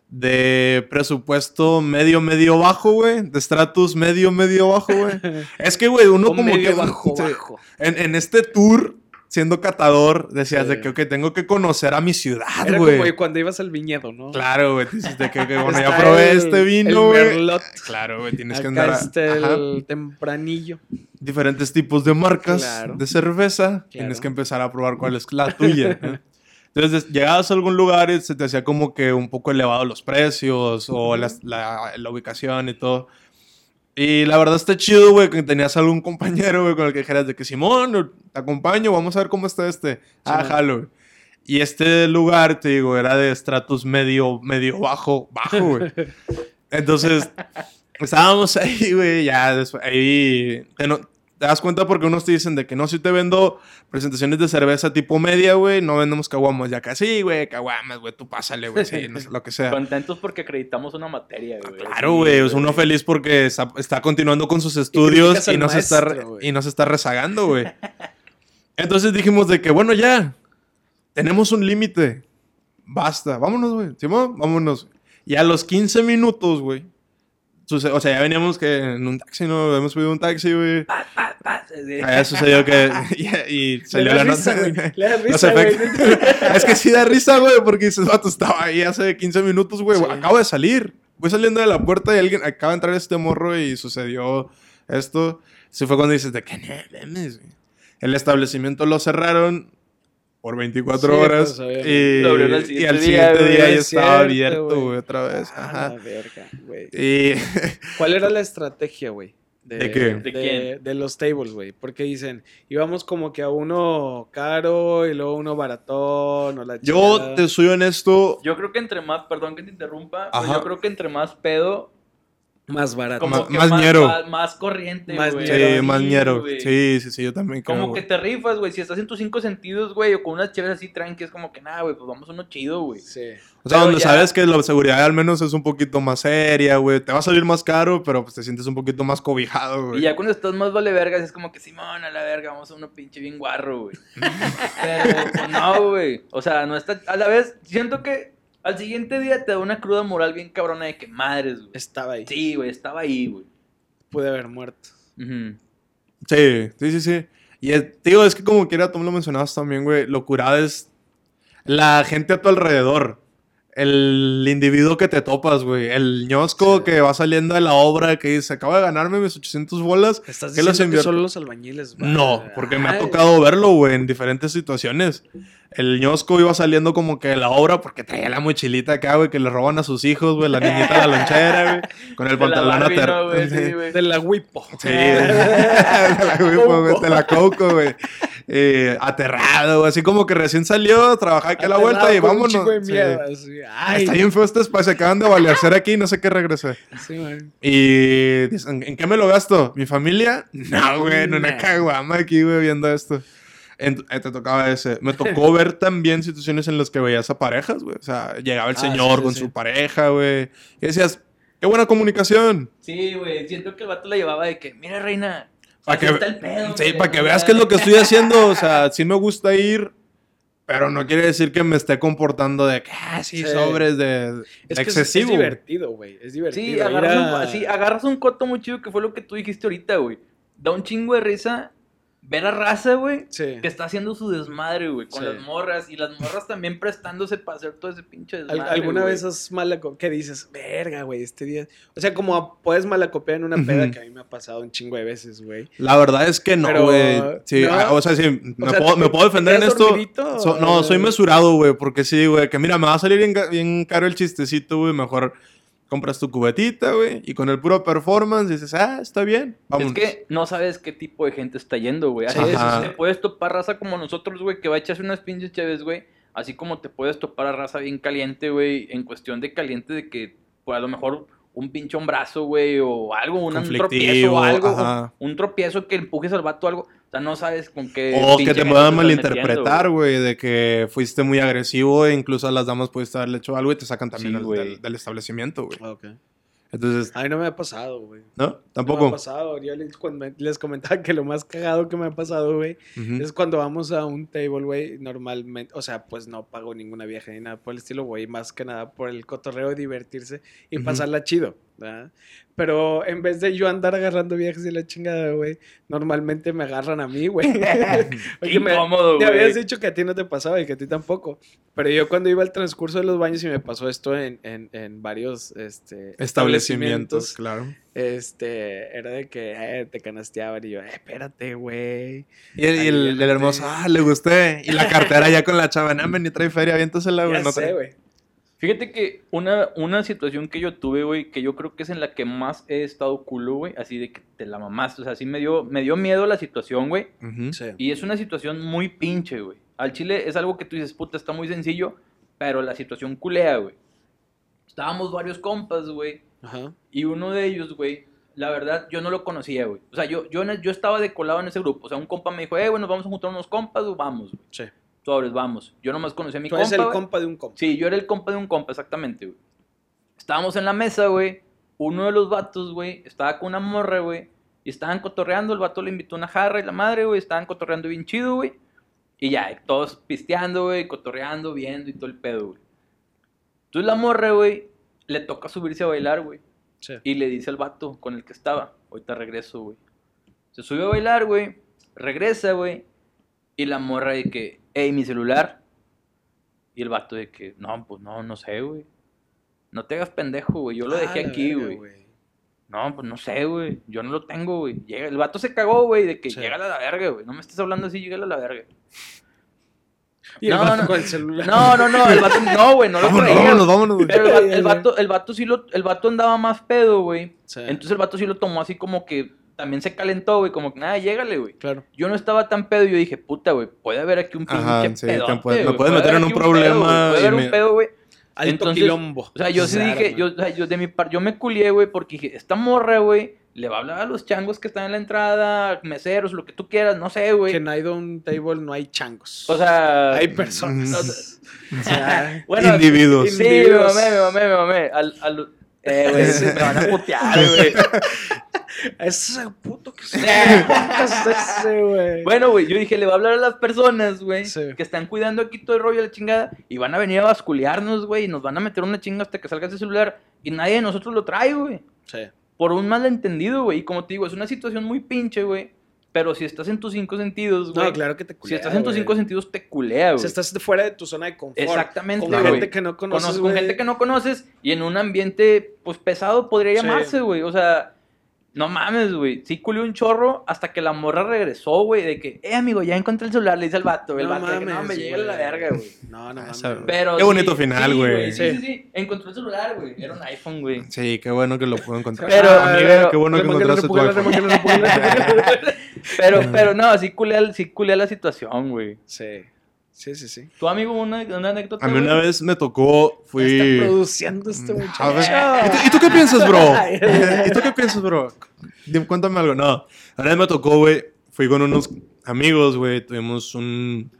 A: de presupuesto medio, medio bajo, güey. De estratus medio, medio bajo, güey.
B: [laughs]
A: Es que, güey, uno
B: Un
A: como
B: medio
A: que.
B: bajo,
A: sí.
B: bajo.
A: En, en este tour, siendo catador, decías
B: Sí.
A: de que, ok, tengo que conocer a mi ciudad,
B: Era
A: ah, güey.
B: como cuando ibas al viñedo, ¿no?
A: Claro, güey. Dices de que, ok, bueno,
B: Está
A: ya probé
B: el-
A: este
B: el
A: vino, güey.
B: Merlot.
A: Claro, güey, tienes que andar.
B: Acá
A: a-
B: está
A: ajá.
B: el tempranillo.
A: diferentes tipos de marcas
B: Claro.
A: de cerveza. Tienes que empezar a probar cuál es la tuya. ¿eh? Entonces, llegabas a algún lugar y se te hacía como que un poco elevado los precios o las- la, la ubicación y todo. Y la verdad está chido, güey, que tenías algún compañero, güey, con el que dijeras de que Simón, te acompaño, vamos a ver cómo está este. Ah,
B: Simón.
A: jalo, güey. Y este lugar, te digo, era de estratus medio, medio bajo, bajo,
B: [laughs]
A: güey. Entonces, estábamos [laughs] ahí, güey, ya después, ahí te, no- te das cuenta porque unos te dicen de que no, si te vendo presentaciones de cerveza tipo media, güey, no vendemos caguamas, ya casi, güey, caguamas, güey, tú pásale, güey, sí, no sé, lo que sea.
C: Contentos porque acreditamos una materia, güey.
A: Claro, güey, es uno feliz porque está, está continuando con sus estudios
B: criticas
A: y,
B: al
A: no se está, re-
B: maestro, güey.
A: y no se está rezagando, güey. Entonces dijimos de que, bueno, ya, tenemos un límite, basta, vámonos, güey, Simón, vámonos. Y a los 15 minutos, güey, suce- o sea, ya veníamos que en un taxi, ¿no? Hemos subido un taxi, güey. Ya sucedió que... [laughs] Y, y salió
B: Le da
A: la
B: risa,
A: nota.
B: güey.
A: güey.
B: Le da
A: Los
B: risa, güey. [laughs]
A: efectos. es que [laughs] sí da risa, güey, porque dices, vato, estaba ahí hace 15 minutos, güey.
B: Sí.
A: Acabo de salir. Voy saliendo de la puerta y alguien acaba de entrar este morro y sucedió esto. Sí fue cuando dices, de que no mames, güey. El establecimiento lo cerraron por 24
B: Sí,
A: horas.
B: pues, obviamente.
A: y,
C: Lo abrieron al
A: y
C: siguiente
A: al
C: día,
A: siguiente
C: güey.
A: día, ya
B: Es
A: estaba
B: cierto,
A: abierto,
B: güey.
A: güey, otra vez.
B: Ah,
A: Pues, Ajá.
B: la verga, güey.
A: Y
B: ¿Cuál era la estrategia, güey?
A: ¿De qué?
C: ¿De
B: ¿De,
C: quién?
B: de los tables, güey. Porque dicen, íbamos como que a uno caro y luego uno baratón o la
A: yo
B: chingada.
A: te soy honesto.
C: Yo creo que entre más, perdón que te interrumpa, pero
A: Ajá.
C: yo creo que entre más pedo,
B: Más barato.
C: como
A: Ma-
C: que
A: más ñero.
C: Más, más corriente,
B: Más
C: güey.
A: Sí,
B: ñero.
A: más ñero.
C: güey.
A: eh, Sí, sí, sí, yo también creo.
C: Como que
A: güey.
C: te rifas, güey. Si estás en tus cinco sentidos, güey, o con unas chéves así tranqui, es como que nada, güey, pues vamos a uno chido, güey.
B: Sí.
A: O sea,
C: Pero
A: donde
C: ya-
A: sabes que la seguridad al menos es un poquito más seria, güey. Te va a salir más caro, pero pues te sientes un poquito más cobijado,
C: Y
A: güey.
C: ya cuando estás más vale vergas, es como que Simón, a la verga, vamos a uno pinche bien
A: [laughs]
C: guarro, güey. Pero pues, no, güey. O sea, no está. A la vez, siento que al siguiente día te da una cruda moral bien cabrona de que madres, güey.
B: Estaba ahí.
C: Sí, güey, estaba ahí, güey.
B: Pude haber muerto.
C: Ujú.
A: Sí, sí, sí, sí. Y eh, te digo, es que como quiera, tú me lo mencionabas también, güey. Lo curado es la gente a tu alrededor. El individuo que te topas, güey. El ñosco
B: Sí.
A: que va saliendo de la obra que dice, acabo de ganarme mis 800 bolas.
B: ¿Estás
A: ¿Qué los
B: diciendo que
A: invierto?
B: son los albañiles? va?
A: No, porque me ha
B: Ay,
A: tocado verlo, güey, en diferentes situaciones. El ñosco iba saliendo como que de la obra porque traía la mochilita acá, güey, que le roban a sus hijos, güey, la niñita de la lonchera, güey,
B: [laughs]
A: con el
C: De la
A: pantalón
C: Barbie,
A: aterrado.
C: no, güey, sí, güey.
B: De la Wipo.
A: [laughs] Sí, de
B: [laughs]
A: la, Wipo, güey, [laughs] pues, de la coco, güey. Eh, aterrado, güey, así como que recién salió, trabajaba aquí a la vuelta y
B: Aterrado con un
A: vámonos.
B: chico de
A: Sí.
B: mierda, así. Ay,
A: Está bien feo este espacio, acaban de balearse aquí, no sé qué regresé.
B: sí, man.
A: Y dicen, ¿en qué me lo gasto? ¿Mi familia? [laughs] No, güey, en una
B: Nah.
A: caguama aquí, güey, viendo esto. Ent- eh, te tocaba ese. Me
B: [laughs]
A: tocó ver también situaciones en las que veías a parejas, güey. O sea, llegaba el
B: Ah,
A: señor
B: sí, sí,
A: con
B: sí.
A: su pareja, güey. Y decías, qué buena comunicación.
C: Sí, güey. Siento que el vato la llevaba de que, mira, reina.
A: Pa'
C: así
A: que-
C: está el pedo,
A: Sí,
C: güey,
A: para que
C: la
A: veas qué es lo que
C: verga".
A: estoy haciendo. O
B: [laughs]
A: sea, sí me gusta ir, pero no quiere decir que me esté comportando de que, ah, sí,
B: Sí.
A: sobres de, de
B: Es que es-
A: excesivo.
B: Es,
A: güey.
B: divertido, güey. Es divertido.
C: Sí,
B: ir
C: agarras,
B: a-
C: un, sí, agarras un coto muy chido que fue lo que tú dijiste ahorita, güey. Da un chingo de risa ver a raza, güey.
B: Sí.
C: Que está haciendo su desmadre, güey, con
B: Sí.
C: las morras. Y las morras también prestándose para hacer todo ese pinche
B: Al-
C: desmadre.
B: ¿Alguna
C: güey.
B: vez has malaco que dices, verga, güey, este día? O sea, como a- puedes malacopear en una peda
A: Ujú.
B: que a mí me ha pasado un chingo de veces, güey.
A: La verdad es que no,
B: Pero,
A: güey. Sí,
B: ¿no?
A: ah, o sea, sí, me,
B: sea,
A: puedo,
B: ¿te-
A: me puedo
B: te
A: defender en
B: quedas
A: esto.
B: dormidito?
A: So- no, soy mesurado, güey, porque sí, güey, que mira, me va a salir bien, ga- bien caro el chistecito, güey, mejor compras tu cubetita, güey, y con el puro performance dices, ah, está bien, vamos.
C: Es que no sabes qué tipo de gente está yendo, güey. Así
B: Sí,
C: es,
A: ajá.
C: te puedes topar raza como nosotros, güey, que va a echarse unas pinches chaves, güey. Así como te puedes topar a raza bien caliente, güey, en cuestión de caliente de que, pues, a lo mejor un pinche brazo, güey, o algo, un, un tropiezo
A: Conflictivo,
C: o algo.
A: ajá.
C: Un tropiezo que empujes al vato o algo. O sea, no sabes con qué
A: O que
C: eh, pinche
A: te
C: gente
A: puedan
C: estás metiendo,
A: malinterpretar, güey, de que fuiste muy agresivo e incluso a las damas pudiste haberle hecho algo y te sacan
C: Sí,
A: también al-
C: güey.
A: del, del establecimiento, güey.
B: Ah, Ok.
A: Entonces,
B: A mí no me ha pasado, güey.
A: ¿no?
B: No me ha
A: Tampoco.
B: pasado. Yo les, cuando me- les comentaba que lo más cagado que me ha pasado, güey,
A: [laughs] Ujú.
B: es cuando vamos a un table, güey, normalmente, o sea, pues no pago ninguna viaje ni nada por el estilo, güey, más que nada por el cotorreo, de divertirse y
A: Ujú.
B: pasarla chido, ¿verdad? Pero en vez de yo andar agarrando viajes y la chingada, güey, normalmente me agarran a mí,
A: [laughs]
B: güey.
C: Qué
B: Oye, me-
C: incómodo,
B: Te
C: güey.
B: habías dicho que a ti no te pasaba y que a ti tampoco. Pero yo cuando iba al transcurso de los baños y me pasó esto en, en- en varios este,
A: Establecimientos, claro.
B: este, era de que eh, te canasteaban y yo, eh, espérate, güey.
A: Y el, y el- el
B: Aliviánate.
A: hermoso, ah, le gusté. Y la cartera ya con la chava, no, hombre, ni trae feria, aviéntasela,
B: Ya
A: güey. Ah, No
B: sé,
A: trae-
B: güey.
C: Fíjate que una, una situación que yo tuve, güey, que yo creo que es en la que más he estado culo, güey, así de que te la mamaste, o sea, sí me dio, me dio miedo la situación, güey,
A: Ujú.
B: Sí.
C: y es una situación muy pinche, güey. Al chile es algo que tú dices, puta, está muy sencillo, pero la situación culea, güey. Estábamos varios compas, güey,
B: Ajá.
C: y uno de ellos, güey, la verdad, yo no lo conocía, güey. O sea, yo, yo, en el- yo estaba decolado en ese grupo, o sea, un compa me dijo, eh, bueno, vamos a juntar unos compas, vamos, güey.
B: Sí.
C: Sobres, vamos. Yo nomás conocí a mi
B: Tú
C: compa,
B: eres el
C: güey.
B: compa de un compa.
C: Sí, yo era el compa de un compa, exactamente, güey. Estábamos en la mesa, güey. Uno de los vatos, güey, estaba con una morra, güey. Y estaban cotorreando, el vato le invitó una jarra y la madre, güey. Estaban cotorreando bien chido, güey. Y ya, todos pisteando, güey, cotorreando, viendo y todo el pedo, güey. Entonces la morra, güey, le toca subirse a bailar, güey.
B: Sí.
C: Y le dice al vato con el que estaba, ahorita regreso, güey. Se subió a bailar, güey. Regresa, güey. Y la morra de que, hey, mi celular. Y el vato de que, no, pues no, no sé, güey. No te hagas pendejo, güey. Yo lo
B: Ah,
C: dejé
B: la
C: aquí,
B: verga,
C: güey. No, pues no sé, güey. Yo no lo tengo, güey. Llega- El vato se cagó, güey, de que
B: Sí.
C: llega a la verga, güey. No me estés hablando así, llega a la verga.
B: Y el
C: No,
B: vato
C: no.
B: con el celular.
C: No, no, no, el vato, no, güey, no lo
A: Vámonos,
C: traía.
A: Ah, vámonos, vámonos, güey.
C: Pero el vato, el
A: [laughs]
C: vato, el vato sí lo, el vato andaba más pedo, güey.
B: Sí,
C: Entonces el vato sí lo tomó así como que también se calentó, güey, como que nada, llégale, güey.
B: claro.
C: Yo no estaba tan pedo, yo dije, puta, güey, puede haber aquí un pinche
A: Ajá, sí, te
C: pedote,
A: puede- me
C: güey,
A: puedes meter
C: haber
A: en
C: aquí
A: un
C: pedo, güey,
A: problema
C: puede
A: y
C: haber
A: me-
C: un pedo, güey.
B: Alto
C: Entonces,
B: quilombo.
C: O sea, yo sí
B: Claro,
C: dije,
B: man.
C: yo, o sea, yo de mi parte, yo me culié, güey, porque dije, esta morra, güey, le va a hablar a los changos que están en la entrada, meseros, lo que tú quieras, no sé,
B: Que
C: güey.
B: en Idon Table no hay changos.
C: O sea,
B: hay
C: [laughs]
B: personas. O sea,
C: bueno,
A: Individuos.
C: sí, me
B: individuos.
C: mamé, me mamé, me mamé. Al,
A: [laughs]
C: al, eh, güey, me van a
B: [laughs]
C: putear, [laughs] güey.
B: ese puto
C: [laughs]
B: que se. ¿Qué es ese, güey?
C: Bueno, güey, yo dije, le va a hablar a las personas, güey,
B: Sí.
C: que están cuidando aquí todo el rollo de la chingada y van a venir a basculearnos, güey, y nos van a meter una chinga hasta que salga ese celular y nadie de nosotros lo trae, güey.
B: Sí.
C: Por un malentendido, güey. Y como te digo, es una situación muy pinche, güey. Pero si estás en tus cinco sentidos, güey.
B: No, claro que te
C: si
B: culea,
C: estás en tus
B: güey.
C: cinco sentidos, te culea, güey.
B: Si estás de fuera de tu zona de confort.
C: Exactamente,
B: Con
A: güey.
B: gente que no
C: Conoces-
B: conoces,
C: con
B: güey.
C: gente que no conoces y en un ambiente, pues, pesado podría
B: Sí.
C: llamarse, güey. O sea, no mames, güey. Sí culió un chorro hasta que la morra regresó, güey, de que, eh, amigo, ya encontré el celular, le dice al vato. El
B: No
C: vato, de que, no,
B: mames,
C: me llega la
B: güey.
C: verga, güey.
B: No, no
A: Ah,
B: mames.
A: esa-
B: güey.
C: Pero
A: Qué bonito final,
C: sí,
A: güey.
C: Sí, sí, sí. Encontró el celular, güey. Era un
A: [laughs]
C: iPhone, güey.
A: Sí, qué bueno que lo puedo encontrar.
C: Pero-
A: Amiga,
C: pero-
A: qué bueno que
B: Remóngale,
A: encontraste tu
B: remóngale,
A: iPhone.
B: remóngale,
A: [laughs]
B: remóngale, remóngale.
C: Pero, pero no, sí culea, sí culea la situación, güey.
B: Sí. Sí, sí, sí.
C: Tu amigo, una, una anécdota.
A: A mí
C: güey?
A: una vez me tocó, fui... Mm,
B: Está produciendo este
A: A
B: muchacho.
A: ver, ¿Y tú, y tú qué piensas, bro? ¿Eh? ¿Y tú qué piensas, bro? Dime, Cuéntame algo. No, una vez me tocó, güey. Fui con unos amigos, güey. Tuvimos un.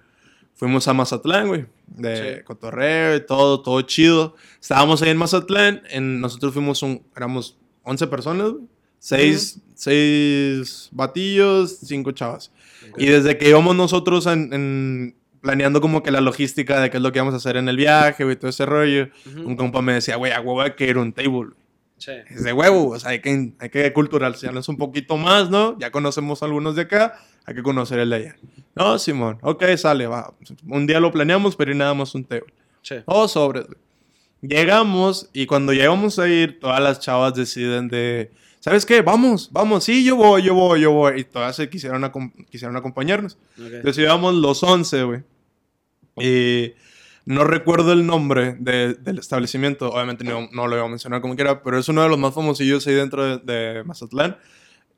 A: Fuimos a Mazatlán, güey. De
B: Sí.
A: cotorreo y todo, todo chido. Estábamos ahí en Mazatlán. En, nosotros fuimos un. Éramos 11 personas, güey. Seis, seis batillos, cinco chavas. Y desde que íbamos nosotros en- en- planeando como que la logística de qué es lo que íbamos a hacer en el viaje, güey, todo ese rollo.
B: Ujú.
A: Un compa me decía, güey, a huevo hay que ir a un table.
B: Sí.
A: Es de huevo, o sea, hay que, hay que culturalizarnos un poquito más, ¿no? Ya conocemos algunos de acá, hay que conocer el de allá. No, Simón, ok, sale, va. Un día lo planeamos, pero y nada más un table.
B: Sí.
A: Oh, sobres, güey. Llegamos y cuando llegamos a ir, todas las chavas deciden de, ¿sabes qué? Vamos, vamos, sí, yo voy, yo voy, yo voy. Y todas se quisieron, acom- quisieron acompañarnos.
B: Ok.
A: Entonces íbamos los 11, güey. Y No recuerdo el nombre de- del establecimiento, obviamente no, no lo iba a mencionar como quiera, pero es uno de los más famosillos ahí dentro de, de Mazatlán.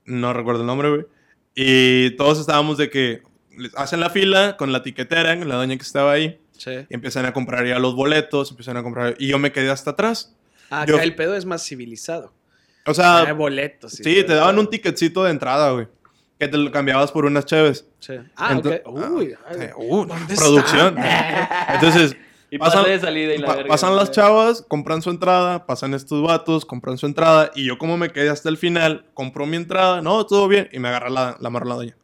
A: No recuerdo el nombre, güey. Y todos estábamos de que les hacen la fila con la tiquetera, con la doña que estaba ahí,
B: Sí.
A: y empiezan a comprar ya los boletos, empiezan a comprar. Y yo me quedé hasta atrás.
B: Ah, Acá
A: Yo-
B: el pedo es más civilizado.
A: O
B: Ah,
A: sea,
B: boletos.
A: sí,
B: y todo
A: te daban
B: eso.
A: un ticketcito de entrada, güey, que te lo cambiabas por unas chéves.
B: Sí. Ah,
A: Ento-
B: ok. Uy,
A: Ah,
B: ay,
A: sí. Uh,
B: ¿dónde
A: producción. Entonces,
C: Y
A: Pasan-
C: pasa de salida y la
A: pa-
C: verga,
A: pasan las
C: güey.
A: chavas, compran su entrada, pasan estos vatos, compran su entrada, y yo como me quedé hasta el final, compro mi entrada, no, todo bien, y me agarra la, la mano la doña.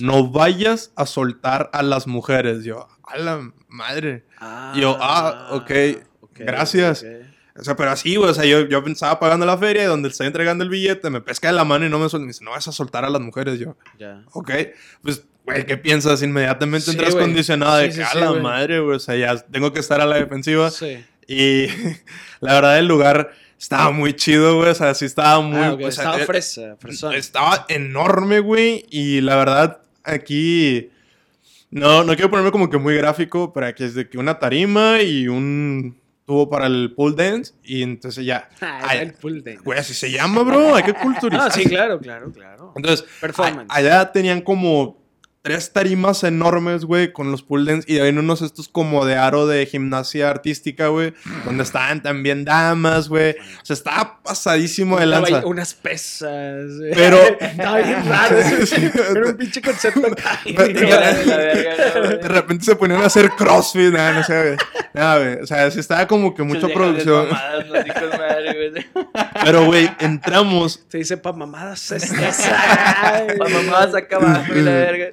A: No vayas a soltar a las mujeres. Yo, a la madre.
B: Ah,
A: Yo, ah, ok,
B: ok,
A: gracias.
B: ok.
A: O sea, pero así, güey. O sea, yo, yo pensaba pagando la feria y donde está entregando el billete me pesca de la mano y no me suelta. Me dice, no vas a soltar a las mujeres. Yo,
B: Ya.
A: ok. Pues, güey, ¿qué piensas? Inmediatamente
B: Sí,
A: entras
B: güey.
A: condicionada de
B: Sí,
A: que
B: sí,
A: a
B: sí,
A: la
B: güey.
A: madre, güey. O sea, ya tengo que estar a la defensiva.
B: Sí.
A: Y [laughs] la verdad, el lugar estaba muy chido, güey. O sea, sí estaba muy.
B: Ah, ok,
A: o sea,
B: Estaba
A: eh,
B: fresa, fresón.
A: estaba enorme, güey. Y la verdad, aquí. No, no quiero ponerme como que muy gráfico, pero aquí es de que una tarima y un tubo para el pool dance. Y entonces ya.
B: Ah,
A: ay,
B: era el pool dance.
A: Güey, así se llama, bro.
B: [laughs]
A: Hay que culturizar.
B: Ah, sí, claro, claro, claro.
A: Entonces, a-
B: Performance.
A: allá tenían como tres tarimas enormes, güey, con los pool dance. Y habían unos estos como de aro de gimnasia artística, güey. Donde estaban también damas, güey. O sea, estaba pasadísimo de
B: Estaba
A: lanza.
B: ahí unas pesas. güey.
A: Pero-
B: [laughs] Estaba bien raro.
A: [laughs]
B: ese-
A: Sí.
B: Era un
A: [laughs]
B: pinche concepto acá. [laughs]
A: Pero-
C: Y la de
A: [laughs]
C: la verga, güey.
A: De repente se ponían a hacer crossfit, nada, no sé, güey. Nada, güey. O sea, sí estaba como que mucha
C: Dejan de
A: producción.
C: mamadas, los hijos de madre, güey.
A: Pero, güey, entramos.
B: Se dice
A: [laughs]
B: pa' mamadas [laughs] estas. ay.
C: Pa' mamadas acá abajo y la verga.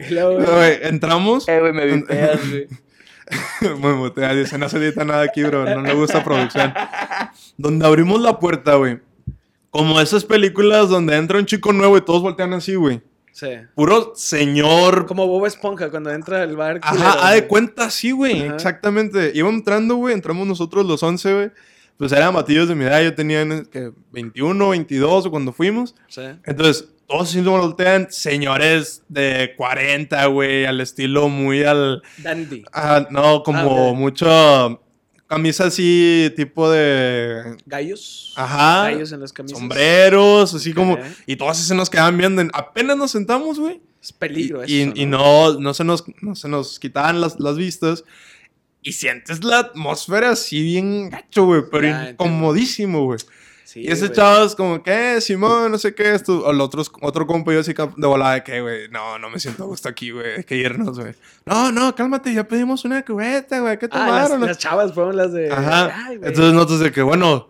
B: Y luego,
A: no, güey, entramos.
C: Eh, güey, me
A: [laughs]
C: vipeas, güey.
A: Me mutea, dice, no se edita nada aquí, bro. No le gusta producción. Donde abrimos la puerta, güey. Como esas películas donde entra un chico nuevo y todos voltean así, güey.
B: Sí.
A: Puro señor.
B: Como Bob Esponja cuando entra al bar. culero,
A: Ajá, ah, de
B: güey.
A: cuenta, sí, güey.
B: Ajá.
A: Exactamente. Iba entrando, güey. Entramos nosotros los 11, güey. Pues eran batillos de mi edad. Yo tenía que 21, 22 cuando fuimos.
B: Sí.
A: Entonces, todos sí lo voltean. Señores de 40, güey. Al estilo muy al...
B: Dandy.
A: Ah, no, como
B: Ah, ok.
A: mucho camisa así, tipo de
B: Gallos.
A: Ajá.
B: Gallos en las Ah, camisas.
A: sombreros, así como.
B: Ok.
A: Y todos así se nos quedaban viendo. Apenas nos sentamos, güey.
B: Es
A: Y,
B: peligro
A: y-
B: eso,
A: y no, no, se nos, no se nos quitaban las, las vistas. Y sientes la atmósfera así bien gacho, güey, pero
B: Ya, entiendo.
A: incomodísimo, güey.
B: Sí,
A: y ese
B: güey.
A: chavo es como, ¿qué? Simón, no sé qué. Esto, o el otro, otro compa yo así cap- de volada, de que, güey, no, no me siento a gusto aquí, güey, hay que irnos, güey. No, no, cálmate, ya pedimos una cubeta, güey, ¿qué
B: Ah, las,
A: tomaron?
B: las chavas fueron las de.
A: Ajá.
B: Ay, güey.
A: Entonces notas de que, bueno,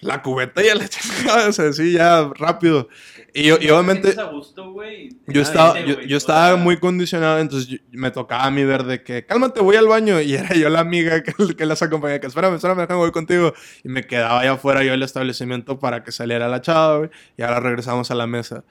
A: la cubeta ya la [laughs] chingada, o sea, sí, ya rápido. Y, yo, y obviamente
C: Sientes a gusto, güey.
A: yo
C: Ah,
A: estaba,
C: vente,
A: yo,
C: güey,
A: yo
C: o
A: estaba
C: sea,
A: muy condicionado, entonces yo- me tocaba a mí ver de que, cálmate, voy al baño. Y era yo la amiga que, [laughs] que las acompañaba, que espérame, espérame, déjame, voy contigo. Y me quedaba allá afuera yo el establecimiento para que saliera la chava, güey. Y ahora regresamos a la mesa.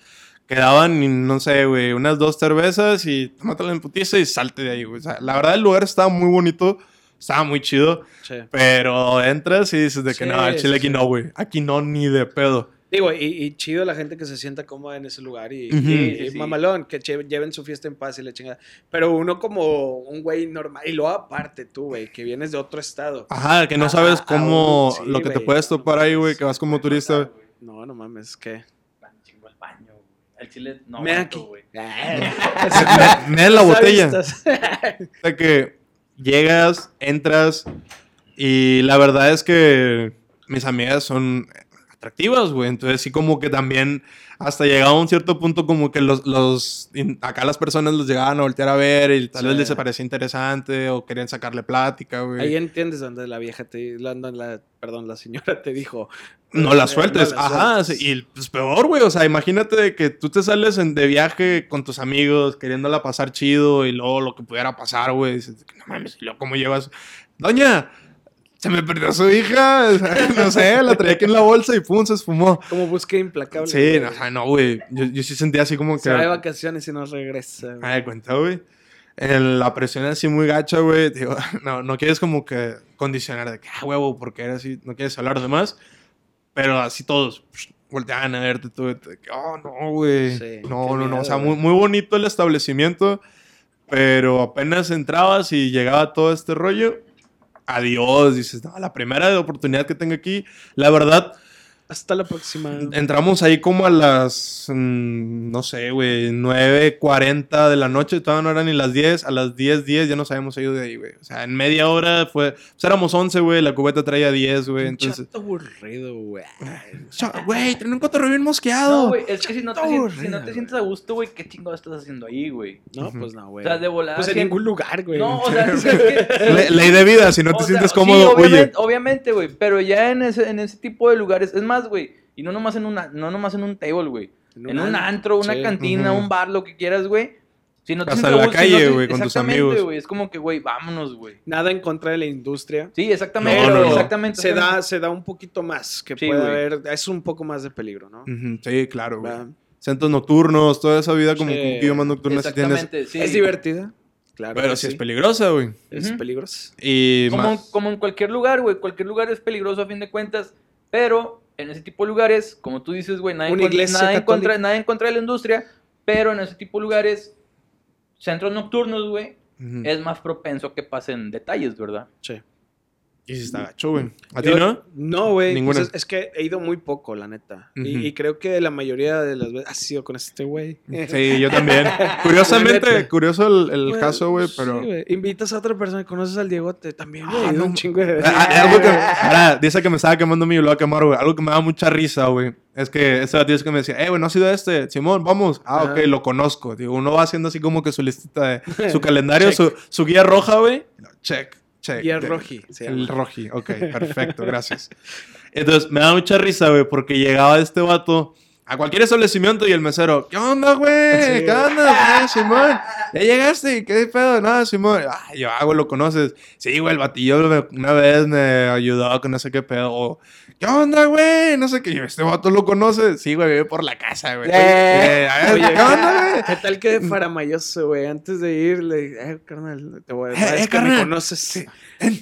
A: Quedaban, no sé, güey, unas dos cervezas y tómatela en putiza y salte de ahí, güey. O sea, la verdad el lugar estaba muy bonito, estaba muy chido.
B: Sí.
A: Pero entras y dices de que
B: Sí,
A: no, al
B: sí,
A: chile aquí
B: sí.
A: no, güey. Aquí no, ni de pedo.
B: Digo, y, y chido la gente que se sienta cómoda en ese lugar y,
A: Ujú.
B: y-
C: Sí, sí,
B: y
C: sí.
B: mamalón, que che- lleven su fiesta en paz y la chingada. Pero uno como un güey normal, y luego aparte tú, güey, que vienes de otro estado.
A: Ajá, que no
B: Ah,
A: sabes cómo
B: aún, sí,
A: lo que te
B: güey.
A: puedes topar ahí, güey, que vas como
C: güey,
A: turista.
B: [laughs]
A: güey.
C: no, güey.
B: No, no mames, ¿qué?
C: Van chingo al baño, güey. Al chile no
B: Me
C: aguanto,
B: aquí.
C: güey. [laughs]
A: Me, me da la botella. O
B: Avistas.
A: sea que llegas, entras y la verdad es que mis amigas son atractivas, güey. Entonces sí como que también hasta llegaba a un cierto punto como que los, los in- acá las personas los llegaban a voltear a ver y tal vez
B: Sí.
A: les parecía interesante o querían sacarle plática, [laughs] güey.
B: Ahí entiendes donde la vieja te, la- no, la- perdón, la señora te dijo.
A: No
B: eh,
A: la sueltes,
B: no la
A: ajá.
B: sueltes.
A: sí, Y pues peor, güey. O sea, imagínate de que tú te sales en- de viaje con tus amigos, queriéndola pasar chido y luego lo que pudiera pasar, güey. Dices, no mames, ¿y luego cómo llevas? Doña, se me perdió su hija. [laughs] o sea, no sé, la traía aquí en la bolsa y pum, se esfumó.
B: Como busqué implacable.
A: Sí,
B: güey.
A: no, o sea, no, güey. Yo, yo sí sentía así como que.
B: Se va de vacaciones y no regresa. güey.
A: Ah, de cuenta, güey. En la presión así muy gacha, güey. Digo, [laughs] no, no quieres como que condicionar de que, ah, huevo, porque eres así, no quieres hablar de más. Pero así todos psh, volteaban a verte tú. de que, oh, no, güey.
B: Sí,
A: no,
B: qué
A: no, no. O
B: miedo,
A: sea,
B: güey.
A: muy, muy bonito el establecimiento. Pero apenas entrabas y llegaba todo este rollo, adiós. Dices, no, la primera oportunidad que tengo aquí, la verdad,
B: Hasta la próxima.
A: entramos ahí como a las, mm, no sé, güey, 9.40 de la noche, todavía no eran ni las 10, a las 10.10 ya nos habíamos ido de ahí, güey. O sea, en media hora fue, pues éramos 11, güey, la cubeta traía 10, güey,
B: Un
A: entonces...
B: chato aburrido, güey.
A: Cha- Güey, tenía un cotorreo bien mosqueado.
C: No, güey, es que si no te,
B: Está
C: sien- si no
B: aburrida,
C: te sientes a gusto, güey, ¿qué chingado estás haciendo ahí, güey?
B: No,
A: Ujú.
B: pues no, güey.
C: O sea, de volada.
B: Pues en
C: si-
B: ningún lugar, güey.
C: No, o sea, [laughs] es que.
B: Eh,
A: Le- ley de vida, si no te
C: O sea,
A: sientes
C: sí,
A: cómodo, oye.
C: obviamente- Obviamente, güey, pero ya en ese, en ese tipo de lugares, es más, güey, y no nomás en, una, no nomás en un table, güey, en, un antro, una
B: Sí.
C: cantina,
A: Ujú.
C: un bar, lo que quieras, güey. Si no te
A: Hasta
C: sientes
A: en la
C: a gusto, si no
A: calle,
C: te-
A: güey, con tus
C: exactamente,
A: amigos.
C: güey, es como que, güey, vámonos, güey.
B: Nada en contra de la industria.
C: Sí, exactamente,
A: No, no, no.
C: exactamente.
B: Se da,
C: exactamente.
B: se da un poquito más que
C: Sí,
B: puede
C: güey.
B: haber. Es un poco más de peligro, ¿no?
A: Ujú, Sí, claro, Mm, güey.
B: Va.
A: Centros nocturnos, toda esa vida como
B: Sí.
A: un poquillo más nocturna si tienes.
C: Exactamente, sí.
B: Es divertida. Claro.
A: Pero
B: que
A: sí es
B: sí.
A: peligrosa, güey.
B: Es
C: Ujú.
B: peligroso.
A: Y
C: Como, en-
A: más.
C: como en cualquier lugar, güey. Cualquier lugar es peligroso a fin de cuentas. Pero en ese tipo de lugares, como tú dices, güey, nada, en
B: Una
C: contra-
B: iglesia
C: nada en
B: católica.
C: contra, nada en contra de la industria. Pero en ese tipo de lugares, centros nocturnos, güey,
A: Ujú.
C: es más propenso que pasen detalles, ¿verdad?
B: Sí.
A: Y sí está gacho, güey. ¿A ti
B: Yo-
A: no?
B: No, güey. pues
A: Ninguna.
B: es, es que he ido muy poco, la neta.
A: Ujú.
B: y, y creo que la mayoría de las veces ha sido con
A: [laughs]
B: este güey.
A: Sí, yo también.
B: [laughs]
A: Curiosamente,
B: Neta.
A: curioso el, el
B: Güey,
A: caso, güey,
B: Pues, sí,
A: pero.
B: güey. Invitas a otra persona, conoces al Diegote también,
A: Ah,
B: güey.
A: no.
B: un chingo de
A: Ah, ah, algo que,
B: [laughs]
A: ahora, dice que me estaba quemando mi lo voy a quemar, güey. Algo que me da mucha risa, güey. Es que ese tío es que me decía, eh, güey, no ha sido este, Simón, vamos. Ah, ok,
B: Ajá.
A: lo conozco. Digo, uno va haciendo así como que su listita de
B: [laughs]
A: su
B: Check.
A: calendario, su, su guía roja, güey. Check, check.
B: Y el
A: Eh, De-
B: Roji. se llama.
A: El Roji, ok, perfecto, gracias. [laughs] Entonces, me da mucha risa, güey, porque llegaba este vato a cualquier establecimiento y el mesero, ¿qué onda, güey?
B: Sí,
A: ¿Qué
B: güey.
A: onda, güey, Simón? ¿Ya llegaste? ¿Qué pedo? Nada, Simón. Ah, yo, ah, güey, lo conoces. Sí, güey, el batillo me- una vez me ayudó con no sé qué pedo. O, ¿Qué onda, güey? No sé qué. Yo, Este vato lo conoce. Sí, güey, vive por la casa, güey.
C: Eh.
A: Eh, a ver,
B: Oye,
A: ¿Qué onda, güey?
B: [laughs] ¿Qué tal que de faramayoso, güey? Antes de ir, le dije, eh, carnal, te voy a
A: Eh,
B: decir.
A: eh,
B: que
A: carnal.
B: me conoces.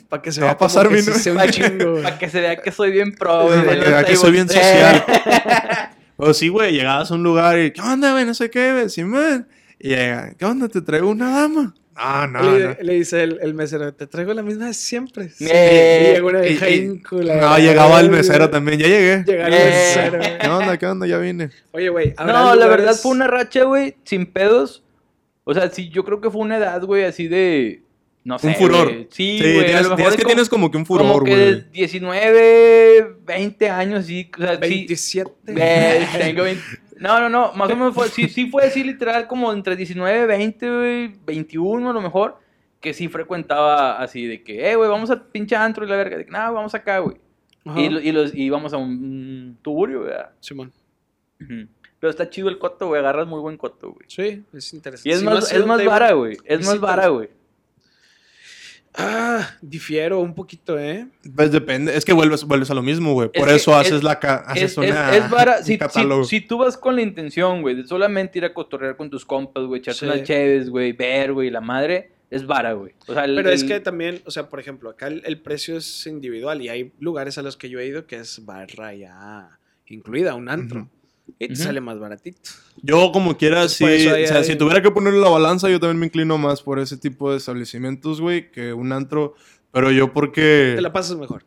B: Para que
A: Te
B: se
A: va
B: vea
A: a pasar
B: como
A: mi
B: que sí
A: nombre.
B: sé
A: [laughs]
B: un
C: Para
B: chingo,
C: que,
B: güey.
C: pa' que se vea que soy bien [laughs] pro, güey.
A: Para
C: de
A: que
C: los
A: vea que soy bien
C: tables.
A: social.
C: [laughs]
A: Pero sí, güey, llegabas a un lugar y, ¿qué onda, güey? No sé qué, güey, Simón. Y llega, ¿qué onda? ¿Te traigo una dama? Ah, no,
B: le,
A: no.
B: le dice el, el mesero, te traigo la misma de siempre. Sí.
C: Eh,
B: y llegó una
A: y-
B: vieja
A: y-
B: íncula.
A: No, llegaba el mesero también, ya llegué.
B: Llegaba el
C: Eh.
B: mesero. güey.
A: ¿Qué onda? ¿Qué onda? Ya vine.
B: Oye, güey, ¿habrá
C: No, la
B: lugares-
C: verdad fue una racha, güey, sin pedos. O sea, sí, yo creo que fue una edad, güey, así de. No sé.
A: Un furor.
C: güey. Sí,
A: Sí,
C: güey. a
A: tienes,
C: lo mejor
A: tienes
C: de
A: que
C: como-
A: tienes como que un
C: como
A: furor,
C: que
A: güey.
C: 19, 20 años, sí. O sea, sí. [laughs]
B: 27.
C: Eh, tengo 20. No, no, no. Más o menos fue. Sí, sí fue así, literal, como entre 19, 20, güey, 21, a lo mejor. Que sí frecuentaba así de que, eh, güey, vamos al pinche antro y la verga. De que, nah, vamos acá, güey.
B: [laughs] Ajá,
C: Y, lo- y los, y vamos a un tuburio, güey.
B: Simón.
C: Ujú. Pero está chido el coto, güey. Agarras muy buen coto, güey.
B: Sí, es interesante.
C: Y es
B: Si no ha
C: más,
B: sido
C: es más
B: table-
C: vara, güey. Es más
B: visita.
C: vara, güey.
B: Ah, difiero un poquito, ¿eh?
A: Pues depende, es que vuelves, vuelves a lo mismo, güey.
C: Es
A: Por
C: que
A: eso
C: es-
A: haces la ca- haces
C: Es, es,
A: una
C: es vara.
A: un
C: Si, si-
A: catálogo.
C: si tú vas con la intención, güey, de solamente ir a cotorrear con tus compas, güey, echarte
B: Sí.
C: unas cheves, güey, ver, güey, la madre, es vara, güey. O sea, el-
B: Pero es
C: el-
B: que también, o sea, por ejemplo, acá el, el precio es individual y hay lugares a los que yo he ido que es barra ya incluida, un antro. Y te
C: Ujú.
B: sale más baratito.
A: Yo como quiera,
B: Pues
A: sí,
B: por eso ahí
A: o sea,
B: hay-
A: si tuviera que ponerle la balanza, yo también me inclino más por ese tipo de establecimientos, güey, que un antro. Pero yo porque...
B: Te la pasas mejor.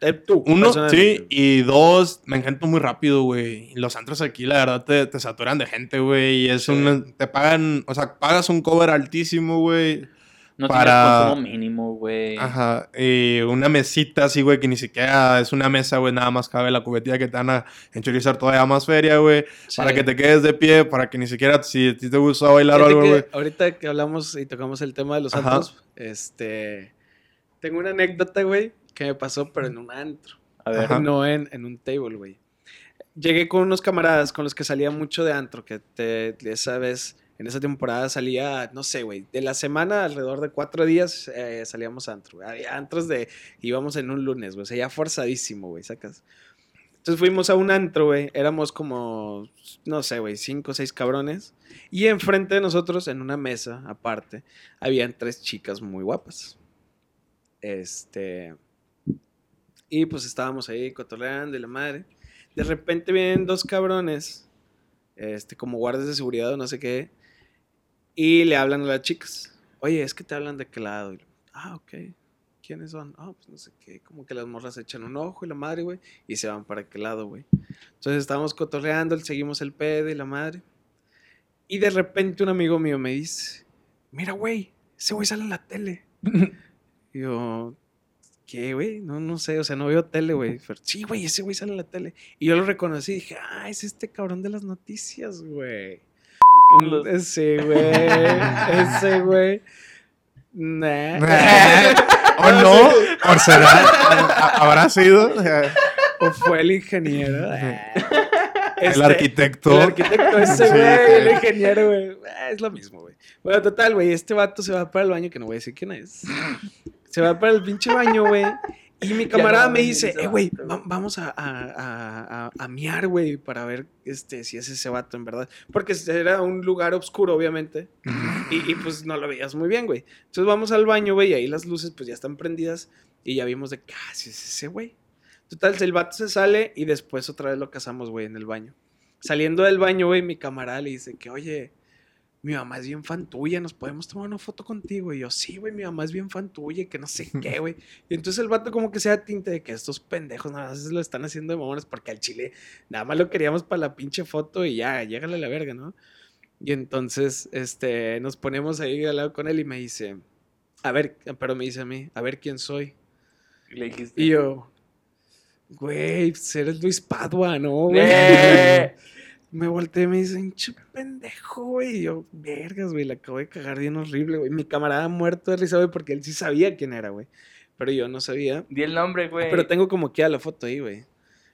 B: Eh, tú,
A: Uno, sí,
B: personalmente.
A: y dos, me encanta muy rápido, güey. Y Los antros aquí, la verdad, te, te saturan de gente, güey. Y es
B: Sí.
A: un. Te pagan, o sea, pagas un cover altísimo, güey.
C: no
A: para-
C: tienes consumo mínimo, güey.
A: Ajá. Y una mesita así, güey, que ni siquiera es una mesa, güey. Nada más cabe la cubetilla que te van a enchorizar todavía más feria, güey.
B: Sí.
A: Para que te quedes de pie, para que ni siquiera, si a ti te gusta bailar o
B: Fíjate
A: algo,
B: que
A: güey.
B: ahorita que hablamos y tocamos el tema de los
A: Ajá.
B: antros, este. Tengo una anécdota, güey, que me pasó, pero en un antro.
C: A ver.
A: Ajá.
B: No en, en un table, güey. Llegué con unos camaradas con los que salía mucho de antro, que te, esa vez, en esa temporada salía, no sé, güey, de la semana alrededor de cuatro días eh, salíamos antro. güey. Había antros de, íbamos en un lunes, güey, o sea, ya forzadísimo, güey, sacas. Entonces fuimos a un antro, güey, éramos como, no sé, güey, cinco o seis cabrones. Y enfrente de nosotros, en una mesa aparte, habían tres chicas muy guapas. Este... Y pues estábamos ahí cotorreando y la madre. De repente vienen dos cabrones, este, como guardias de seguridad o no sé qué, Y le hablan a las chicas. Oye, es que te hablan de qué lado. Y lo- ah, ok. ¿Quiénes son? Ah, pues no sé qué. Como que las morras echan un ojo y la madre, güey. Y se van para aquel lado, güey. Entonces estábamos cotorreando, seguimos el pedo y la madre. Y de repente un amigo mío me dice, mira, güey, ese güey sale en la tele. Y yo, ¿qué, güey? No, no sé, o sea, no veo tele, güey. Pero, Sí, güey, ese güey sale en la tele. Y yo lo reconocí y dije, ah, es este cabrón de las noticias, güey.
C: Los-
B: Ese güey, ese güey. [laughs] Nah.
A: ¿O no? ¿O será? ¿Ha- ¿Habrá sido?
B: O fue el ingeniero. Eh.
A: El
B: Este,
A: arquitecto.
B: El arquitecto ese,
A: Sí,
B: güey.
A: que-
B: el ingeniero, güey. Ah, Es lo mismo, güey. Bueno, total, güey. Este vato se va para el baño, que no voy a decir quién es. Se va para el pinche baño, güey. Y mi camarada
C: no,
B: me
C: güey,
B: dice,
C: ese
B: eh, güey,
C: vato,
B: va- vamos a, a, a, a- a miar, güey, para ver este, si es ese vato en verdad. Porque era un lugar oscuro, obviamente. Y, y, pues no lo veías muy bien, güey. Entonces vamos al baño, güey, y ahí las luces pues ya están prendidas. Y ya vimos de casi es ese güey. Total, el vato se sale y después otra vez lo cazamos, güey, en el baño. Saliendo del baño, güey, mi camarada le dice que, oye, mi mamá es bien fan tuya, ¿nos podemos tomar una foto contigo? Y yo, sí, güey, mi mamá es bien fan tuya, y que no sé qué, güey. Y entonces el vato como que se da tinte de que estos pendejos nada más lo están haciendo de mamones porque al chile nada más lo queríamos para la pinche foto y ya, llégale a la verga, ¿no? Y entonces, este, nos ponemos ahí al lado con él y me dice, a ver, pero me dice a mí, a ver quién soy.
C: Le dijiste.
B: Y yo, güey, pues eres Luis Padua, ¿no, güey?
C: Eh.
B: Me volteé y me dicen, che pendejo, güey. Y yo, vergas, güey, la acabo de cagar bien horrible, güey. Mi camarada muerto de risa, güey, porque él sí sabía quién era, güey. Pero yo no sabía.
C: [laughs] Di el nombre, güey.
B: Pero tengo como que a la foto ahí, güey.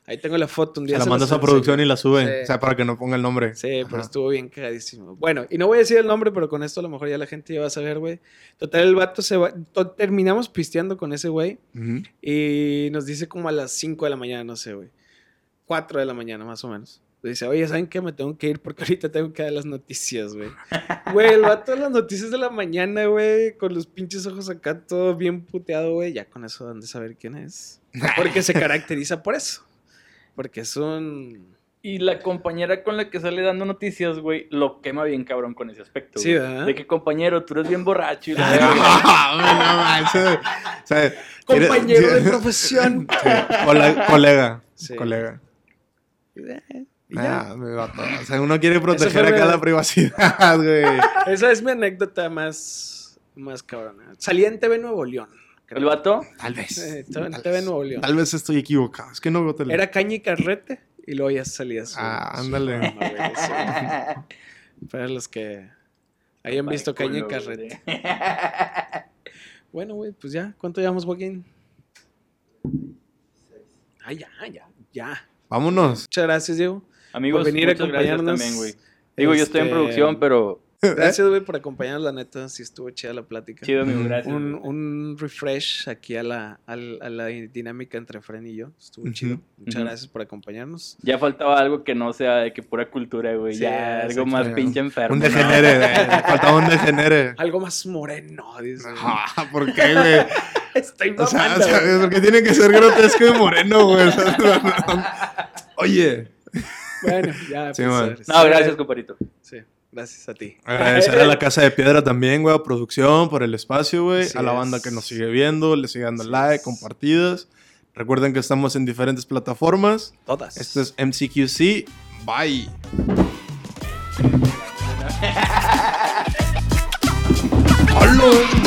B: Ahí tengo la foto un
A: Se
B: día.
A: la
B: se
A: mandas
B: las
A: a producción y la suben.
B: Sí.
A: O sea, para que no ponga el nombre.
B: Sí, pero
A: Ajá.
B: estuvo bien cagadísimo. Bueno, y no voy a decir el nombre, pero con esto a lo mejor ya la gente ya va a saber, güey. Total, el vato se va. to- terminamos pisteando con ese güey.
A: Ujú.
B: Y nos dice como a las 5 de la mañana, no sé, güey. 4 de la mañana, más o menos. Dice, oye, ¿saben qué? Me tengo que ir porque [laughs] ahorita tengo que dar las noticias,
C: [laughs]
B: güey. Güey, el vato de las noticias de la mañana, güey, con los pinches ojos acá, todo bien puteado, güey. Ya con eso dan de saber quién
C: [laughs]
B: es. Porque se caracteriza por eso. Porque es un...
C: Y la compañera con la que sale dando noticias, güey, lo quema bien cabrón con ese aspecto.
B: Sí,
C: güey.
B: ¿verdad? Ah,
C: De que, compañero, tú eres bien borracho. Y la
A: No,
C: verga.
A: güey, no, man, [laughs] eso- o sea, tiene-
B: Compañero de
A: sí,
B: profesión.
A: cole- colega.
B: Sí.
A: Colega.
B: Y ya.
A: Ah, me vato. O sea, uno quiere
B: fue
A: proteger acá
B: real.
A: la privacidad, [laughs] güey.
B: Esa es mi anécdota más, más cabrona. Salí en TV Nuevo León.
C: El vato.
A: Tal vez.
B: Eh, estaba en
A: tal,
B: TV
A: vez.
B: Nuevo León.
A: Tal vez estoy equivocado. Es que no veo tele.
B: Era caña y carrete y luego ya salía su-
A: Ah,
B: su
A: ándale.
B: programa, güey,
C: [laughs]
B: sí. Para los que hayan visto caña y carrete. Bueno, güey, pues ya. ¿Cuánto llevamos, Joaquín? Ah, ya, ya, ya.
A: Vámonos.
B: Muchas gracias, Diego.
C: Amigos,
B: Por venir a
C: muchas gracias
B: acompañarnos.
C: también, güey. Digo, yo estoy en
B: Este,
C: producción, pero
B: Gracias, güey, por acompañarnos. La neta, sí estuvo chida la plática.
C: chido, amigo,
A: Un-
C: gracias.
B: Un,
C: güey.
B: un refresh aquí a la, al- a la dinámica entre Fren y yo. Estuvo
A: Ujú,
B: chido. Muchas
C: ujú.
B: gracias por acompañarnos.
C: Ya faltaba algo que no sea de que pura cultura, güey.
B: Sí,
C: ya algo
B: sí,
C: más
A: sí.
C: pinche
A: [laughs]
C: enfermo.
A: Un
C: ¿no?
A: degenere. güey. Faltaba un degenere.
B: Algo más moreno, dice.
A: [laughs] Ah, ¿Por qué, güey?
B: Estoy
A: [laughs] O sea,
B: mamando, güey.
A: ¿sabes? Porque tiene que ser grotesco y moreno, güey. [laughs] O sea, no, no. Oye,
B: Bueno, ya.
A: Sí,
B: pues,
A: man.
B: eres.
C: No, gracias, comparito.
B: Sí, gracias a ti.
A: agradecer a la Casa de Piedra también, güey, a producción por el espacio, güey.
B: Así
A: A la
B: es.
A: banda que nos sigue viendo, le sigue dando
B: Así
A: like,
B: es.
A: compartidas. Recuerden que estamos en diferentes plataformas.
B: Todas.
A: Esto es MCQC. Bye. ¡Hola!